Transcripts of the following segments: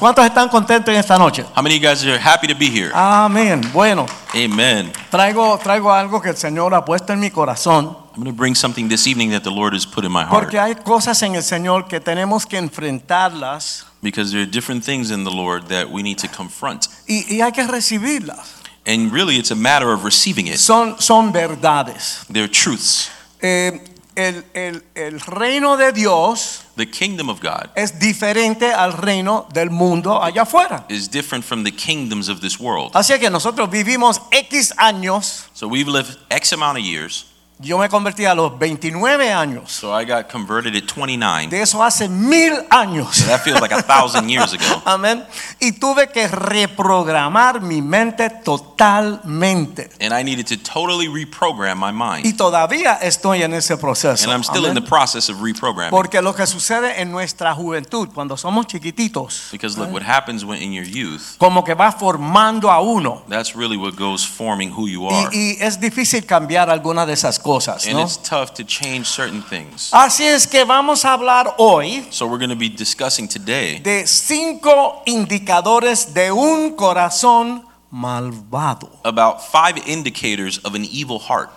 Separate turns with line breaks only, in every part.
¿Cuántos están contentos en esta noche?
How many of you guys are happy to be here?
Amén. Bueno,
Amen.
traigo, traigo algo que el Señor ha puesto en mi corazón,
I'm going to bring something this evening that the Lord has put in my heart
porque hay cosas en el Señor que tenemos que enfrentarlas
because there are different things in the Lord that we need to confront.
y, y hay que recibirlas.
And really, it's a matter of receiving it.
Son, son verdades.
They're truths.
Eh, el, el- el reino de Dios
The kingdom of God
es diferente al reino del mundo allá afuera.
is different from the kingdoms of this world.
Así que nosotros vivimos X años.
So we've lived X amount of years.
Yo me convertí a los 29 años.
So I got converted at 29.
De eso hace mil años.
So that feels like a thousand years ago.
Amén. Y tuve que reprogramar mi mente totalmente.
And I needed to totally reprogram my
Y
mind.
todavía estoy en ese proceso.
And I'm still in
Amén.
the process of reprogramming.
Porque lo que sucede en nuestra juventud, cuando somos chiquititos,
Because look, what happens when in your youth,
como que va formando a uno.
that's really what goes forming who you are.
Y, y es difícil cambiar algunas de esas cosas.
And
¿no?
it's tough to change certain things.
Así es que vamos a hablar hoy
So we're going to be discussing today
de cinco indicadores de un corazón malvado.
about five indicators of an evil heart.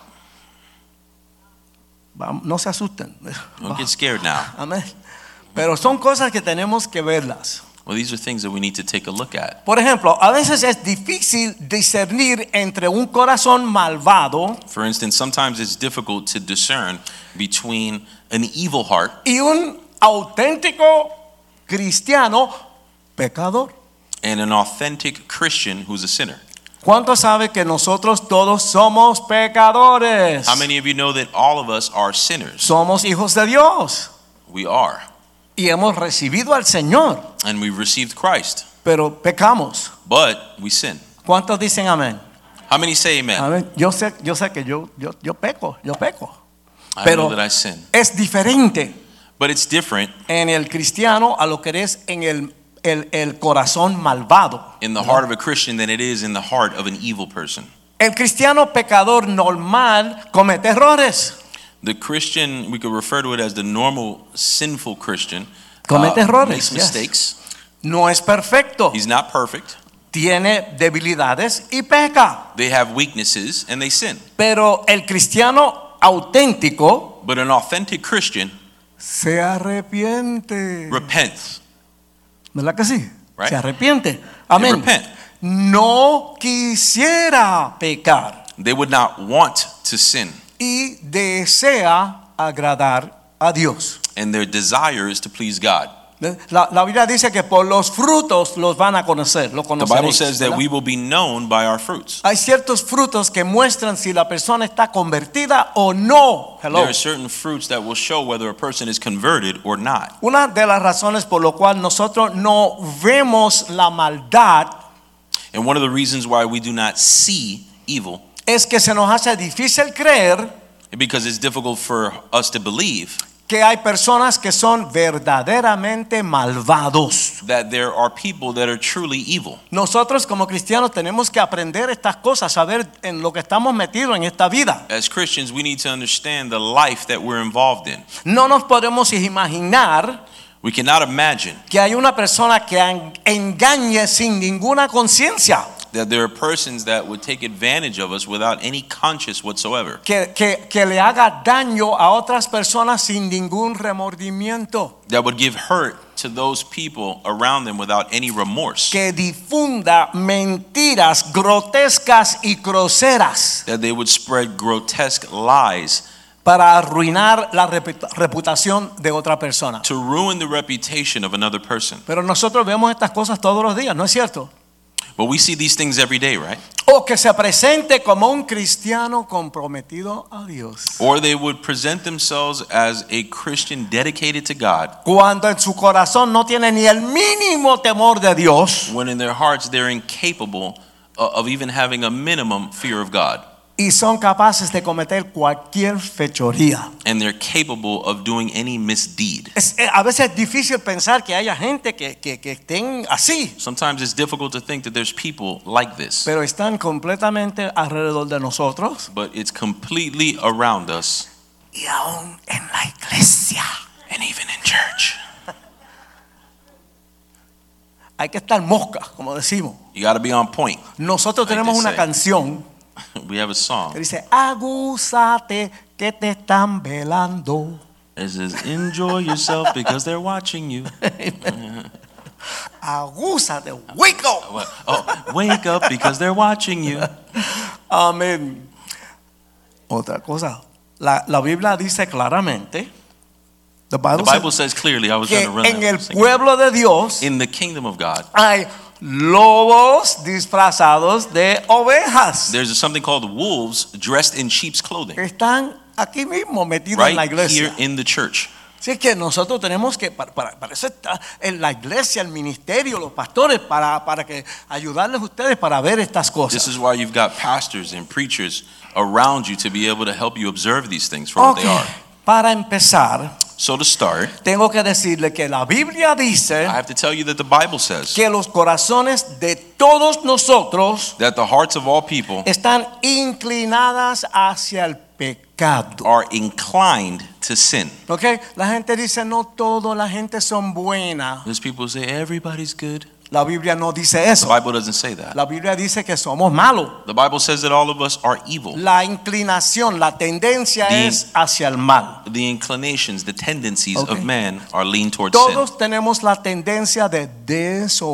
Vam- No se asusten.
Don't get scared now.
Amén. Pero son cosas que tenemos que verlas.
Well, these are things that we need to take a look at.
Por ejemplo, a veces es difícil discernir entre un corazón malvado
For instance, sometimes it's difficult to discern between an evil heart
y un auténtico cristiano pecador.
and an authentic Christian who's a sinner.
¿Cuántos sabe que nosotros todos somos pecadores?
How many of you know that all of us are sinners?
Somos hijos de Dios
We are.
y hemos recibido al Señor,
And we've received Christ,
pero pecamos.
but we sin.
¿Cuántos dicen amén?
How many say amen?
Amén. Yo sé, yo sé que yo, yo, yo peco, yo peco.
I
Pero
know that I sin.
es diferente.
But it's different
en el cristiano a lo que es en el, el- el corazón malvado.
in the heart of a Christian than it is in the heart of an evil person.
El cristiano pecador normal comete errores.
The Christian, we could refer to it as the normal sinful Christian, uh,
Comete errores, yes.
makes mistakes.
Ah, No es perfecto.
He's not perfect.
Tiene debilidades y peca.
They have weaknesses and they sin.
Pero el cristiano auténtico
But an authentic Christian
se arrepiente.
repents.
¿Verdad que sí?
Right.
Se arrepiente. Amén.
repent.
No quisiera pecar
They would not want to sin,
y desea agradar a Dios.
and their desire is to please God.
La, la Biblia dice que por los frutos los van a conocer, lo
The
conoceréis,
Bible says that
¿verdad?
we will be known by our fruits.
Hay ciertos frutos que muestran si la persona está convertida o no. Hello.
There are certain fruits that will show whether a person is converted or not.
Una de las razones por lo cual nosotros no vemos la maldad
And one of the reasons why we do not see evil
es que se nos hace difícil creer
is because it's difficult for us to believe
que hay personas que son verdaderamente malvados.
that there are people that are truly evil.
Nosotros como cristianos tenemos que aprender estas cosas, saber en lo que estamos metidos en esta vida.
As Christians, we need to understand the life that we're involved in.
No nos podemos imaginar
We cannot imagine
que hay una persona que en- engañe sin ninguna conciencia,
that there are persons that would take advantage of us without any conscience whatsoever,
que, que- que le haga daño a otras personas sin ningún remordimiento,
that would give hurt to those people around them without any remorse,
que difunda mentiras grotescas y groseras
that they would spread grotesque lies
para arruinar la repu- reputación de otra persona.
to ruin the reputation of another person.
Pero nosotros vemos estas cosas todos los días, ¿no es cierto?
But we see these things every day, right?
O que se presente como un cristiano comprometido a Dios.
Or they would present themselves as a Christian dedicated to God
Cuando en su corazón no tiene ni el mínimo temor de Dios.
when in their hearts they're incapable uh, of even having a minimum fear of God.
y son capaces de cometer cualquier fechoría.
And they're capable of doing any misdeed.
Es- eh, a veces es difícil pensar que haya gente que, que- que estén así,
Sometimes it's difficult to think that there's people like this,
pero están completamente alrededor de nosotros
but it's completely around us
y aún en la iglesia.
and even in church.
Hay que estar mosca, como decimos.
You got to be on point.
Nosotros
Like
tenemos
they
una
say.
canción
We have
que
a song.
dice, agúzate que te están velando.
It says, Enjoy yourself because they're watching you.
Agúzate, wake up.
What? Oh, wake up because they're watching you.
Amén. Otra cosa, la, la Biblia dice claramente, the Bible
The
says-
Bible says clearly, I was
que
going to run
en el
that singing.
pueblo de Dios
In the kingdom of God,
hay lobos disfrazados de ovejas.
there's something called wolves dressed in sheep's clothing.
que Están aquí mismo metidos en la
right
iglesia.
here in the church.
Así es que nosotros tenemos que, para, para- para eso está en la iglesia, el ministerio, los pastores, para, para que ayudarles a ustedes para ver estas
This
cosas.
is why you've got pastors and preachers around you to be able to help you observe these things for what
Ok,
they are.
Para empezar,
So to start,
tengo que decirle que la Biblia dice
I have to tell you that the Bible says
que los corazones de todos nosotros
that the hearts of all people
están inclinadas hacia el pecado.
are inclined to sin.
¿Ok? La gente dice, no todo, la gente son buena.
There's people who say everybody's good.
La Biblia no dice
The
eso.
Bible doesn't say that.
La Biblia dice que somos malos.
The Bible says that all of us are evil.
La inclinación, la tendencia
Bien.
es hacia el mal.
The inclinations, the tendencies
Okay.
of man are lean towards sin.
Todos tenemos la tendencia de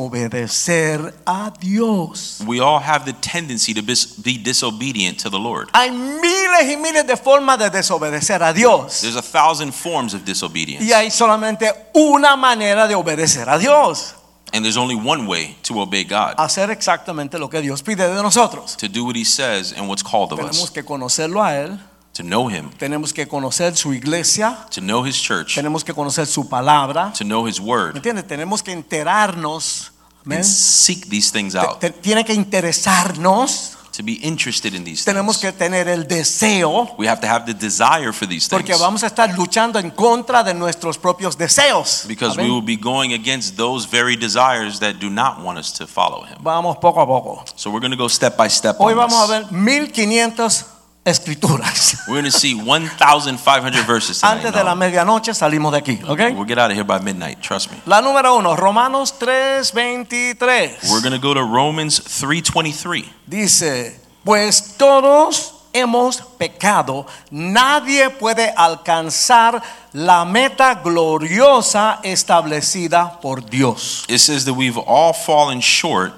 desobedecer a Dios.
We all have the tendency to bis- be disobedient to the Lord.
Hay miles y miles de formas de desobedecer a Dios.
There's a thousand forms of disobedience,
Y hay solamente una manera de obedecer a Dios.
and there's only one way to obey God.
Hacer exactamente lo que Dios pide de nosotros.
to do what he says and what's called of
Tenemos
us
que conocerlo a Él.
to know him
Tenemos que conocer su iglesia.
to know his church
Tenemos que conocer su palabra.
to know his
¿Me
word
entiendes? Tenemos que enterarnos. Amén.
and seek these things out
Te- te- tiene que interesarnos.
to be interested in these
Tenemos que
things
tener el deseo.
we have to have the desire for these
Porque
things
vamos a estar luchando en contra de nuestros propios deseos.
because
Amén.
we will be going against those very desires that do not want us to follow him
Vamos poco a poco.
so we're going to go step by step
Hoy
on
vamos a
this.
ver 1500 escrituras.
we're going to see 1500 verses tonight
Antes de la
No,
medianoche salimos de aquí. ¿ok?
we'll get out of here by midnight trust me
La número uno, Romanos
we're
3:23.
going to go to Romans 3:23
Dice, pues todos hemos pecado. Nadie puede alcanzar la meta gloriosa establecida por Dios.
it says that we've all fallen short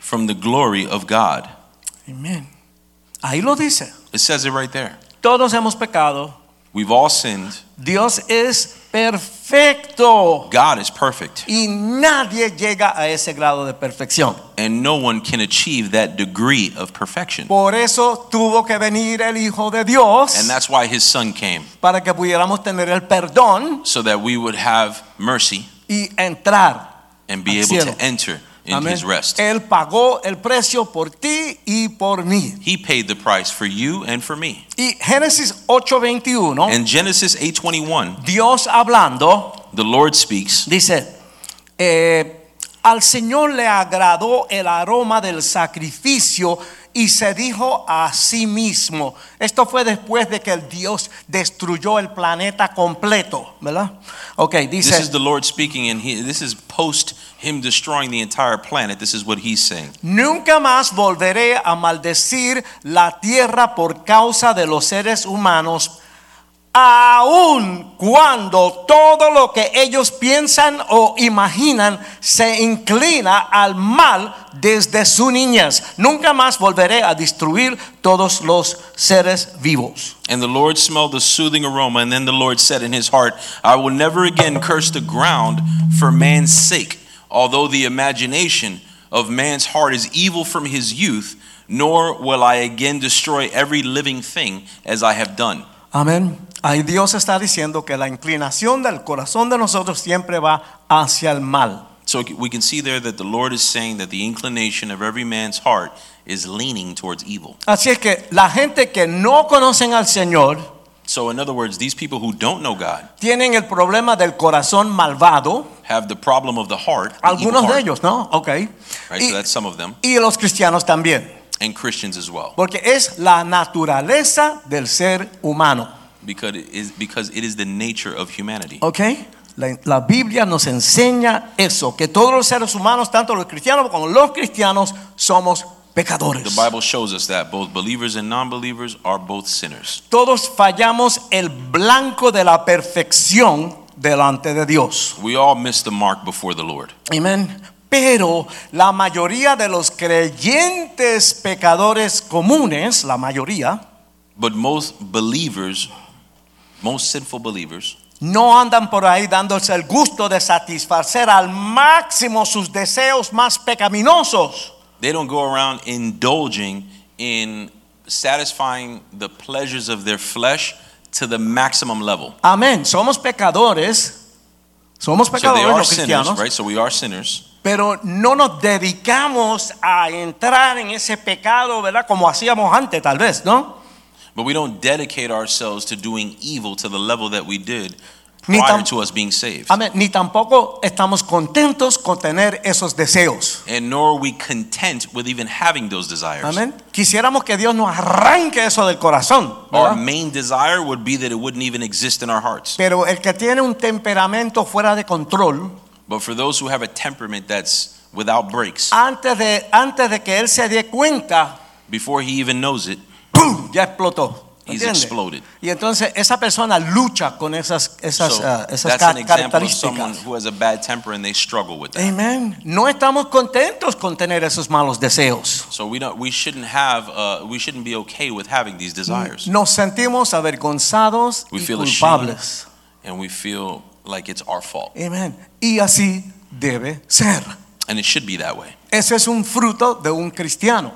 from the glory of God
Amén. Ahí lo dice.
It says it right there.
Todos hemos pecado.
We've all sinned.
Dios es perfecto
God is perfect,
y nadie llega a ese grado de perfección.
and no one can achieve that degree of perfection.
Por eso tuvo que venir el Hijo de Dios
And that's why his son came,
para que pudiéramos tener el perdón
so that we would have mercy
y entrar.
and be
Al
able
cielo.
to enter in
Amén.
his rest.
Él pagó el precio por ti y por mí.
He paid the price for you and for me.
Y Génesis 8:21,
In Genesis 8:21,
Dios hablando,
the Lord speaks,
dice, eh, al Señor le agradó el aroma del sacrificio y se dijo a sí mismo, esto fue después de que el Dios destruyó el planeta completo, ¿verdad? Ok,
this is
dice,
the Lord speaking, and he, this is post him destroying the entire planet. This is what he's saying.
nunca más volveré a maldecir la tierra por causa de los seres humanos. Aun cuando todo lo que ellos piensan o imaginan se inclina al mal desde su niñez, nunca más volveré a destruir todos los seres vivos.
And the Lord smelled the soothing aroma, and then the Lord said in his heart, I will never again curse the ground for man's sake, although the imagination of man's heart is evil from his youth, nor will I again destroy every living thing as I have done.
Amén. Ahí Dios está diciendo que la inclinación del corazón de nosotros siempre va hacia el mal.
So we can see there that the Lord is saying that the inclination of every man's heart is leaning towards evil.
Así es que la gente que no conocen al Señor
So, in other words, these people who don't know God
tienen el problema del corazón malvado.
have the problem of the heart. the evil
Algunos de
heart,
ellos, ¿no? Ok.
Right? So,
Y,
that's some of them,
y los cristianos también.
and Christians as well.
Porque es la naturaleza del ser humano.
Because it is, because it is the nature of humanity.
Ok. La, la Biblia nos enseña eso, que todos los seres humanos, tanto los cristianos como los cristianos, somos pecadores.
The Bible shows us that both believers and non believers are both sinners.
Todos fallamos el blanco de la perfección delante de Dios.
We all miss the mark before the Lord.
Amén. Pero la mayoría de los creyentes pecadores comunes, la mayoría,
But most believers, most sinful believers,
no andan por ahí dándose el gusto de satisfacer al máximo sus deseos más pecaminosos.
they don't go around indulging in satisfying the pleasures of their flesh to the maximum level.
Amén. Somos pecadores. Somos
So they
pecadores
are
los
sinners,
cristianos.
right? So we are sinners.
Pero no nos dedicamos a entrar en ese pecado, ¿verdad? Como hacíamos antes, tal vez, ¿no?
But we don't dedicate ourselves to doing evil to the level that we did
Ni
prior
tam-
to us being saved.
Amén. Ni tampoco estamos contentos con tener esos deseos.
And nor are we content with even having those desires.
Amén. Quisiéramos que Dios nos arranque eso del corazón.
Our
¿verdad?
main desire would be that it wouldn't even exist in our hearts.
Pero el que tiene un temperamento fuera de control,
But for those who have a temperament that's without breaks,
antes de, antes de que él se dé cuenta,
before he even knows it,
¡pum! ya explotó.
he's
¿Entiende?
exploded.
Y entonces esa persona lucha con esas, esas,
So
ah, esas
that's
ca-
an example of someone
características.
who has a bad temper and they struggle with that.
Amén. No estamos contentos con tener esos malos deseos.
So we don't, we shouldn't have, uh, we shouldn't be okay with having these desires,
Nos sentimos avergonzados
We
y
feel
culpables.
and we feel like it's our fault,
Amén. Y así debe ser.
and it should be that way.
Ese es un fruto de un cristiano.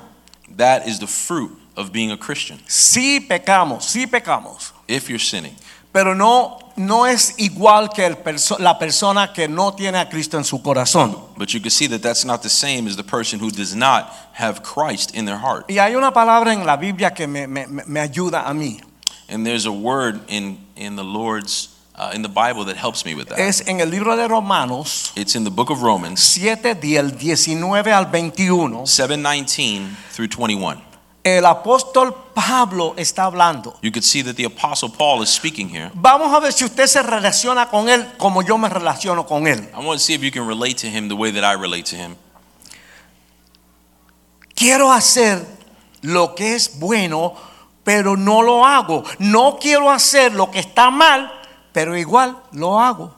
That is the fruit of being a Christian.
Sí pecamos, sí pecamos,
If you're sinning,
pero no no es igual que el perso- la persona que no tiene a Cristo en su corazón.
but you can see that that's not the same as the person who does not have Christ in their heart.
Y hay una palabra en la Biblia que me, me- me- me ayuda a mí.
And there's a word in in the Lord's uh, in the Bible that helps me with that.
Es en el libro de Romanos
It's in the book of Romans
7, del 19 al 21.
7:19 through 21.
El apóstol Pablo está hablando.
You could see that the apostle Paul is speaking here.
Vamos a ver si usted se relaciona con él como yo me relaciono con él.
I want to see if you can relate to him the way that I relate to him.
Quiero hacer lo que es bueno, pero no lo hago. No quiero hacer lo que está mal, pero igual lo hago.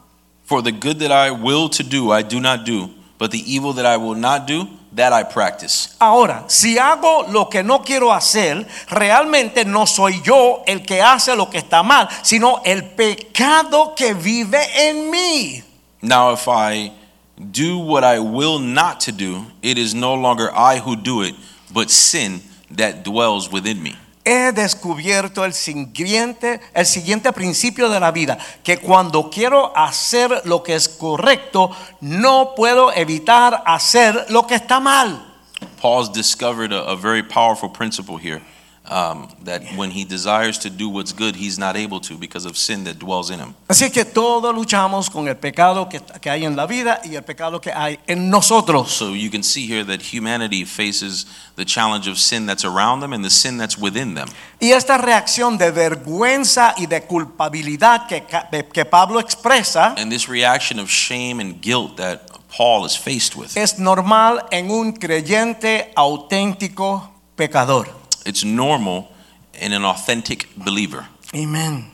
For the good that I will to do, I do not do, but the evil that I will not do, that I practice.
Ahora, si hago lo que no quiero hacer, realmente no soy yo el que hace lo que está mal, sino el pecado que vive en mí.
Now if I do what I will not to do, it is no longer I who do it, but sin that dwells within me.
He descubierto el siguiente, el siguiente principio de la vida, que cuando quiero hacer lo que es correcto, no puedo evitar hacer lo que está mal.
Paul's discovered a, a very powerful principle here. Um, that when he desires to do what's good, he's not able to because of sin that dwells in him.
Así que todos luchamos con el pecado que, que hay en la vida y el pecado que hay en nosotros.
So you can see here that humanity faces the challenge of sin that's around them and the sin that's within them.
Y esta reacción de vergüenza y de culpabilidad que, ca- que Pablo expresa
And this reaction of shame and guilt that Paul is faced with,
es normal en un creyente auténtico pecador.
it's normal in an authentic believer.
Amén.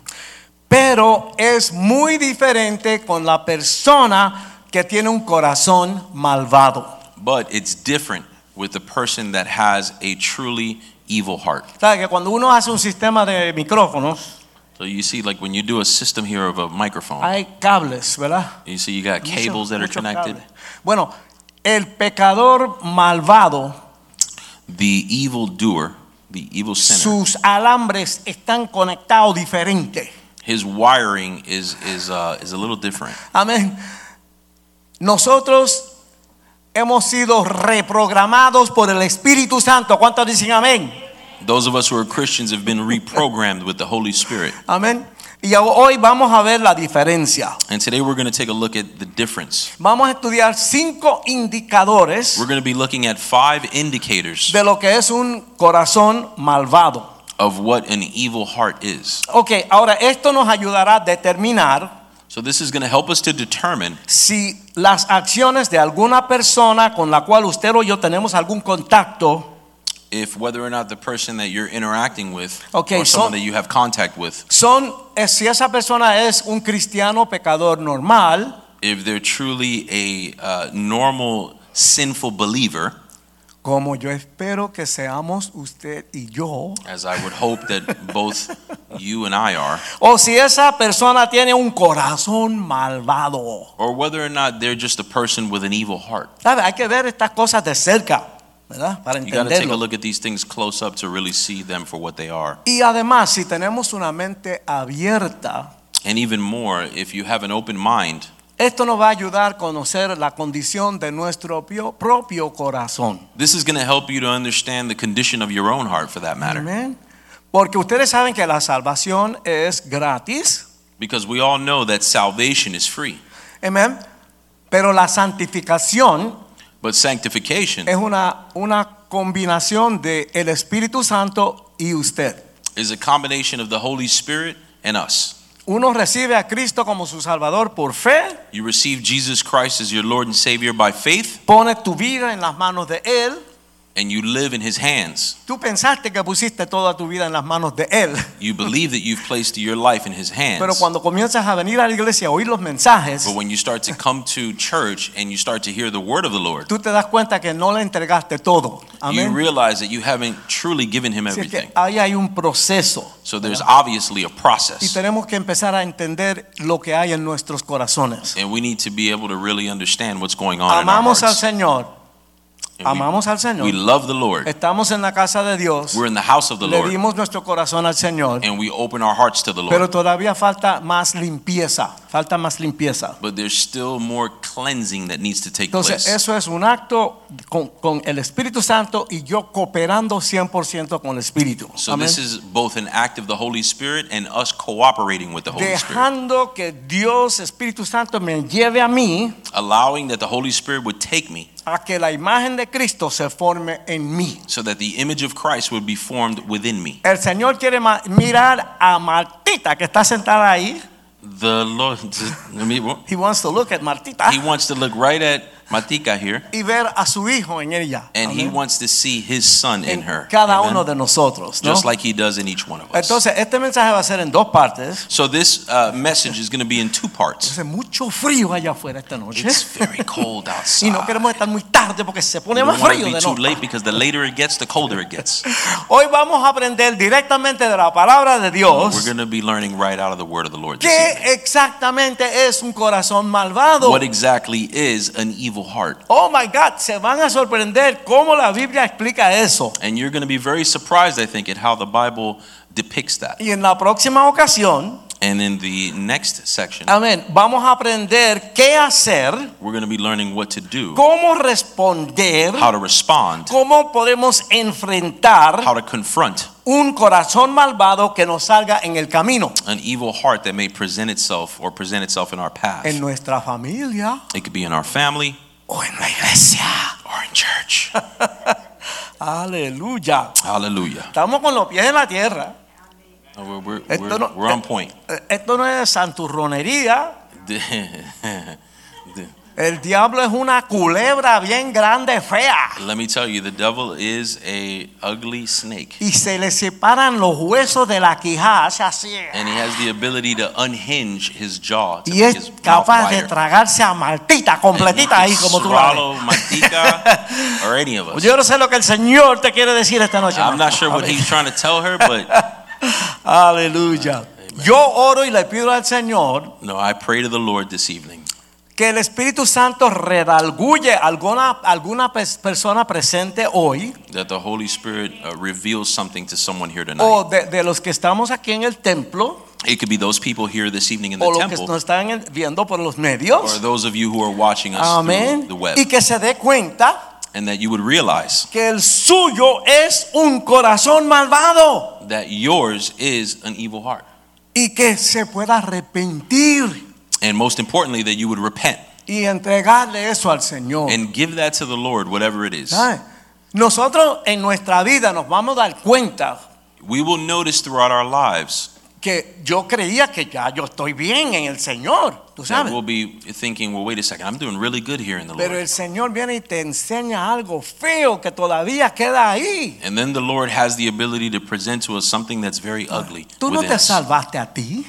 Pero es muy diferente con la persona que tiene un corazón malvado.
But it's different with the person that has a truly evil heart.
¿Sabe que cuando uno hace un sistema de micrófonos,
So you see, like when you do a system here of a microphone,
hay cables, ¿verdad?
you see you got
Muchos-
cables that are
muchos
connected.
cables. Bueno, el pecador malvado,
The evil doer, the evil sinner,
sus alambres están conectados diferente.
his wiring is is uh, is a little different.
Amén. Nosotros Hemos sido reprogramados por el Espíritu Santo. ¿Cuántos dicen amén?
Those of us who are Christians have been reprogrammed with the Holy Spirit.
Amén. Y hoy vamos a ver la diferencia.
And today we're going to take a look at the difference.
Vamos a estudiar cinco indicadores
We're going to be looking at five indicators
de lo que es un corazón malvado.
of what an evil heart is.
Ok, ahora esto nos ayudará a determinar
So this is going to help us to determine
si las acciones de alguna persona con la cual usted o yo tenemos algún contacto
if whether or not the person that you're interacting with
Okay,
or someone
so-
that you have contact with,
son, eh, si esa persona es un cristiano pecador normal,
if they're truly a uh, normal sinful believer,
como yo espero que seamos usted y yo,
as I would hope that both you and I are,
o si esa persona tiene un corazón malvado.
or whether or not they're just a person with an evil heart.
¿Sabe? Hay que ver estas cosas de cerca, ¿verdad? Para
You got to take a
entenderlo.
look at these things close up to really see them for what they are.
Y además, si tenemos una mente abierta,
And even more, if you have an open mind,
Esto nos va a ayudar a conocer la condición de nuestro pio- propio corazón.
this is going to help you to understand the condition of your own heart for that matter.
Amén. Porque ustedes saben que la salvación es gratis.
Because we all know that salvation is free,
Amén. Pero la santificación
but sanctification
es una, una combinación de el Espíritu Santo y usted.
is a combination of the Holy Spirit and us.
Uno recibe a Cristo como su Salvador por fe,
You receive Jesus Christ as your Lord and Savior by faith,
pone tu vida en las manos de Él.
and you live in His hands.
Tú pensaste que pusiste toda tu vida en las manos de Él.
You believe that you've placed your life in His hands.
Pero cuando comienzas a venir a la iglesia a oír los mensajes,
But when you start to come to church and you start to hear the word of the Lord,
tú te das cuenta que no le entregaste todo.
you
Amén.
realize that you haven't truly given Him
Así que
everything.
ahí hay un proceso
So there's obviously a
y
process,
tenemos que empezar a entender lo que hay en nuestros corazones.
and we need to be able to really understand what's going on in our
Amamos al
hearts.
Señor,
And
amamos al
we, we
Señor.
love the Lord.
Estamos en la casa de Dios,
We're in the house of the
le
Lord,
dimos nuestro corazón al Señor,
and we open our hearts to the Lord.
pero todavía falta más limpieza, falta más limpieza.
But there's still more cleansing that needs to take
Entonces,
place.
eso es un acto con, con el Espíritu Santo y yo cooperando 100% con el Espíritu.
So
Amén.
this is both an act of the Holy Spirit and us cooperating with the Holy Spirit,
Dejando que Dios, Espíritu Santo, me lleve a mí
allowing that the Holy Spirit would take me
a que la imagen de Cristo se forme en mí.
so that the image of Christ would be formed within me.
El Señor quiere ma- mirar a Martita que está sentada ahí.
The Lord, let me-
He wants to look at Martita
he wants to look right at Matika here,
y ver a su hijo en ella.
and he
Amén.
wants to see his son in
en
her.
cada
Amen?
uno de nosotros. ¿no?
Just like he does in each one of us.
Entonces, este mensaje va a ser en dos partes.
So this uh, message is going to be in two parts.
Hace mucho frío allá afuera esta noche.
It's very cold outside.
Y no queremos estar muy tarde porque se
We
pone
don't
más
want to
frío
be
de
too
noche.
late because the later it gets, the colder it gets.
Hoy vamos a aprender directamente de la palabra de Dios.
We're going to be learning right out of the word of the Lord. This evening.
¿Qué exactamente es un corazón malvado?
What exactly is an evil heart?
Oh my God, se van a sorprender cómo la Biblia explica eso.
And you're going to be very surprised, I think, at how the Bible depicts that.
Y en la próxima ocasión,
And in the next section,
amén, vamos a aprender qué hacer,
we're going to be learning what to do,
cómo responder,
how to respond,
cómo podemos enfrentar
how to confront
un corazón malvado que nos salga en el camino.
an evil heart that may present itself or present itself in our path.
En nuestra familia
It could be in our family
o en la iglesia.
or in church.
Aleluya.
Hallelujah.
Estamos con los pies en la tierra.
We're, we're-
Esto
we're-
no-
we're on point.
Eh, Esto no es santurronería. El diablo es una culebra bien grande, fea.
Let me tell you, the devil is a ugly snake.
y se le separan los huesos de la quijada, hace así.
And he has the ability to unhinge his jaw to
Y
make
es
his mouth
capaz de
wider.
tragarse a Martita
And he
completita
can
ahí como tú la ves.
swallow Matika or any of us.
Yo no sé lo que el Señor te quiere decir esta noche.
I'm
hermano.
not sure what
Amén.
he's trying to tell her, but
Aleluya. Yo oro y le pido al Señor
no, I pray to the Lord this evening
que el Espíritu Santo redalgulle alguna, alguna pers- persona presente hoy
that the Holy Spirit uh, reveals something to someone here tonight.
o de, de los que estamos aquí en el templo
It could be those people here this evening in the
o los Oh, que
temple,
nos están en- viendo por los medios.
or those of you who are watching us
Amén.
through the web,
Y que se dé cuenta
and that you would realize
que el suyo es un corazón malvado
that yours is an evil heart.
y que se pueda arrepentir
And most importantly, that you would repent
y entregarle eso al Señor.
and give that to the Lord, whatever it is.
¿Sabe? Nosotros en nuestra vida nos vamos a dar cuenta
We will notice throughout our lives
que yo creía que ya yo estoy bien en el Señor, tú
that
sabes.
we'll be thinking, well, wait a second, I'm doing really good here in the
Pero
Lord.
el Señor viene y te enseña algo feo que todavía queda ahí.
And then the Lord has the ability to present to us something that's very ugly.
Tú no
within
te
us.
salvaste a ti.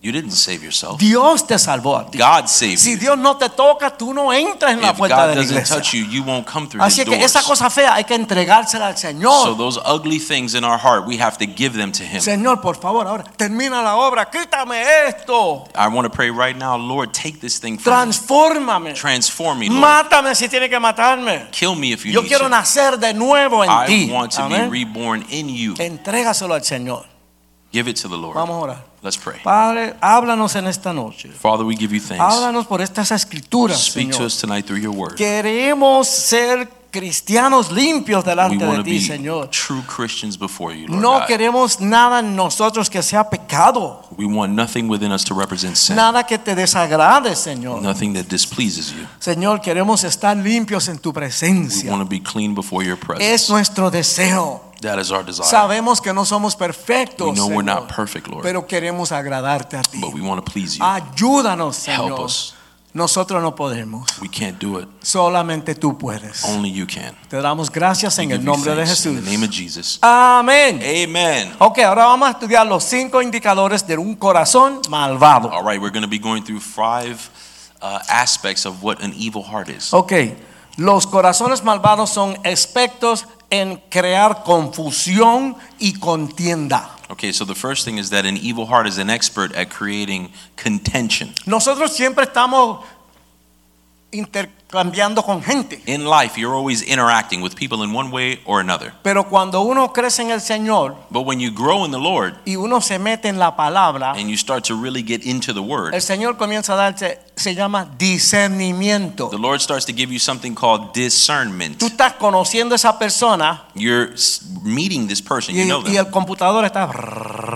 You didn't save yourself.
Dios te salvó a ti.
Oh. God saved
Si
you.
Dios no te toca, tú no entras en la
If
puerta
God
de la
doesn't
iglesia.
touch you, you won't come through
Así
these
es que esa
doors.
cosa fea hay que entregársela al
So
Señor.
those ugly things in our heart, we have to give them to Him.
Señor, por favor, ahora termina la obra, quítame esto,
I want to pray right now, Lord, take this thing from me.
transfórmame,
Transform me, Lord.
mátame si tiene que matarme.
Kill me if you
Yo
need
quiero
to.
nacer de nuevo en
I
ti.
want to be
Amén.
reborn in you.
Entrégaselo al Señor.
Give it to the Lord.
Vamos a orar.
Let's pray.
Padre, háblanos en esta noche.
Father, we give you thanks.
Háblanos por estas escrituras,
Speak to
Señor.
us tonight through your word.
Queremos ser cristianos limpios
We
delante de
want to
ti,
be
Señor.
true Christians before you, Lord.
No
God.
queremos nada en nosotros que sea pecado,
We want nothing within us to represent sin.
nada que te desagrade, Señor.
nothing that displeases you.
Señor, queremos estar limpios en tu
We
presencia.
want to be clean before your
Es
presence.
nuestro deseo.
That is our desire.
Sabemos que no somos
We
perfectos,
know we're
Señor,
not perfect, Lord,
pero queremos agradarte a ti.
but we want to please you.
Ayúdanos,
Help
Señor.
us.
Nosotros no podemos,
We can't do it.
solamente tú puedes.
Only you can.
Te damos gracias
We
en
give
el
you
nombre de
thanks
Jesús.
In the name of Jesus.
Amén.
Amen.
Ok, ahora vamos a estudiar los cinco indicadores de un corazón malvado.
All right, we're going to be going through five uh, aspects of what an evil heart is.
Ok, los corazones malvados son expertos en crear confusión y contienda.
Okay, so the first thing is that an evil heart is an expert at creating contention.
Nosotros siempre estamos intercambiando con gente,
In life, you're always interacting with people in one way or another.
pero cuando uno crece en el Señor
But when you grow in the Lord
y uno se mete en la palabra,
and you start to really get into the Word,
el Señor comienza a darte, se llama discernimiento.
The Lord starts to give you something called discernment.
Tú estás conociendo a esa persona
You're s- meeting this person,
y,
you know
y
them,
el computador está...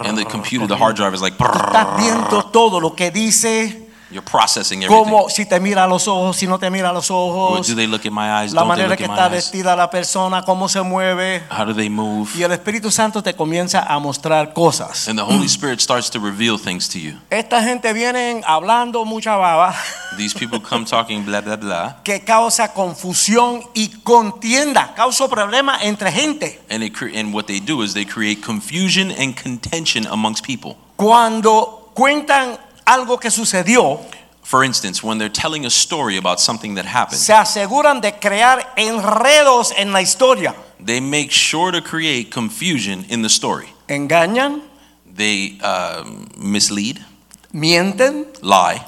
and the computer, the hard drive is like,
Tú estás viendo todo lo que dice,
you're processing everything.
como si te mira a los ojos, si no te mira a los
Well,
ojos,
Do they look at my eyes?
la
Don't they
manera
look
que
at my
está
eyes?
vestida la persona, cómo se mueve.
How do they move?
Y el Espíritu Santo te comienza a mostrar cosas.
And the Holy Spirit starts to reveal things to you.
Esta gente viene hablando mucha baba
These people come talking blah blah blah,
que causa confusión y contienda, causa problemas entre gente.
and it cre- and what they do is they create confusion and contention amongst people.
Cuando cuentan algo que sucedió,
For instance, when they're telling a story about something that happened,
se aseguran de crear enredos en la historia.
they make sure to create confusion in the story.
Engañan,
They um, mislead,
mienten,
lie,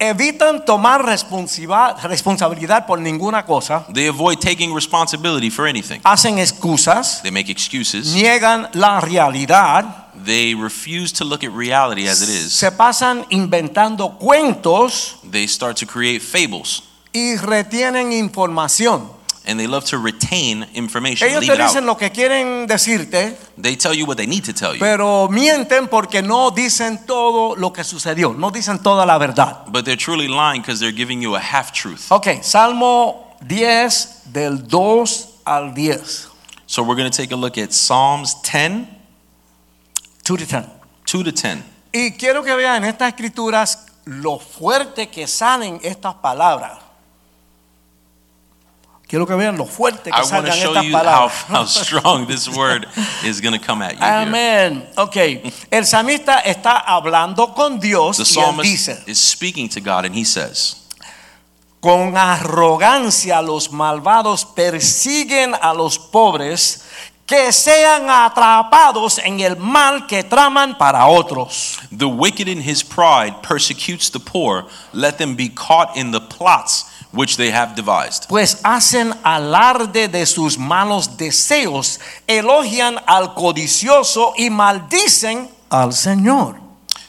evitan tomar responsiva- responsabilidad por ninguna cosa,
They avoid taking responsibility for anything.
hacen excusas,
They make excuses.
niegan la realidad,
They refuse to look at reality as it is.
se pasan inventando cuentos
They start to create fables
y retienen información.
and they love to retain information.
Ellos
Leave
te
it
dicen
out.
lo que quieren decirte,
They tell you what they need to tell you,
pero mienten porque no dicen todo lo que sucedió, no dicen toda la verdad.
but they're truly lying because they're giving you a half truth.
Ok, Salmo 10 del 2 al 10.
So we're going to take a look at Psalms 10,
2 to 10.
2 to 10.
Y quiero que vean en estas escrituras lo fuerte que salen estas palabras. Quiero que vean lo fuerte que
I want to
salgan
show
estas
you how,
palabras.
how strong this word is going to come at you. Here.
Amén. Ok. El salmista está hablando con Dios
The
y él dice,
psalmist is speaking to God and he says,
con arrogancia los malvados persiguen a los pobres, que sean atrapados en el mal que traman para otros.
The wicked in his pride persecutes the poor. Let them be caught in the plots which they have devised.
Pues hacen alarde de sus malos deseos, elogian al codicioso y maldicen al Señor.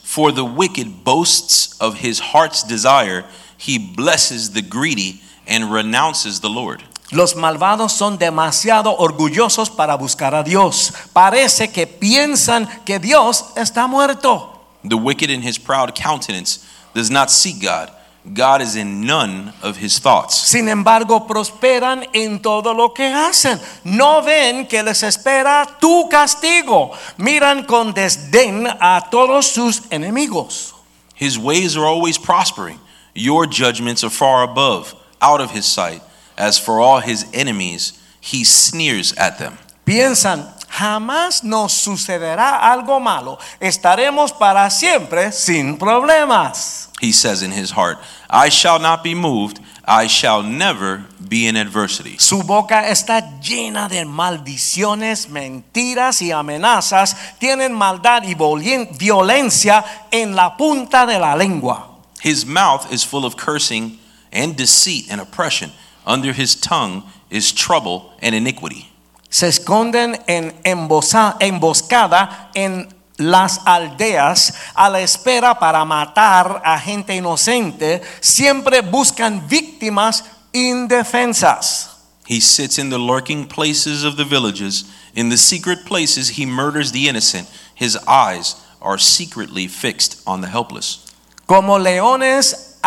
For the wicked boasts of his heart's desire. He blesses the greedy and renounces the Lord.
Los malvados son demasiado orgullosos para buscar a Dios. Parece que piensan que Dios está muerto.
The wicked in his proud countenance does not seek God. God is in none of his thoughts.
Sin embargo, prosperan en todo lo que hacen. No ven que les espera tu castigo. Miran con desdén a todos sus enemigos.
His ways are always prospering. Your judgments are far above, out of his sight. As for all his enemies, he sneers at them.
Piensan, jamás nos sucederá algo malo. Estaremos para siempre sin problemas.
He says in his heart, I shall not be moved. I shall never be in adversity.
Su boca está llena de maldiciones, mentiras y amenazas. Tienen maldad y volien- violencia en la punta de la lengua.
His mouth is full of cursing and deceit and oppression. Under his tongue is trouble and iniquity.
Se esconden en embosa- emboscada en las aldeas a la espera para matar a gente inocente. Siempre buscan víctimas indefensas.
He sits in the lurking places of the villages. In the secret places, he murders the innocent. His eyes are secretly fixed on the helpless.
como leones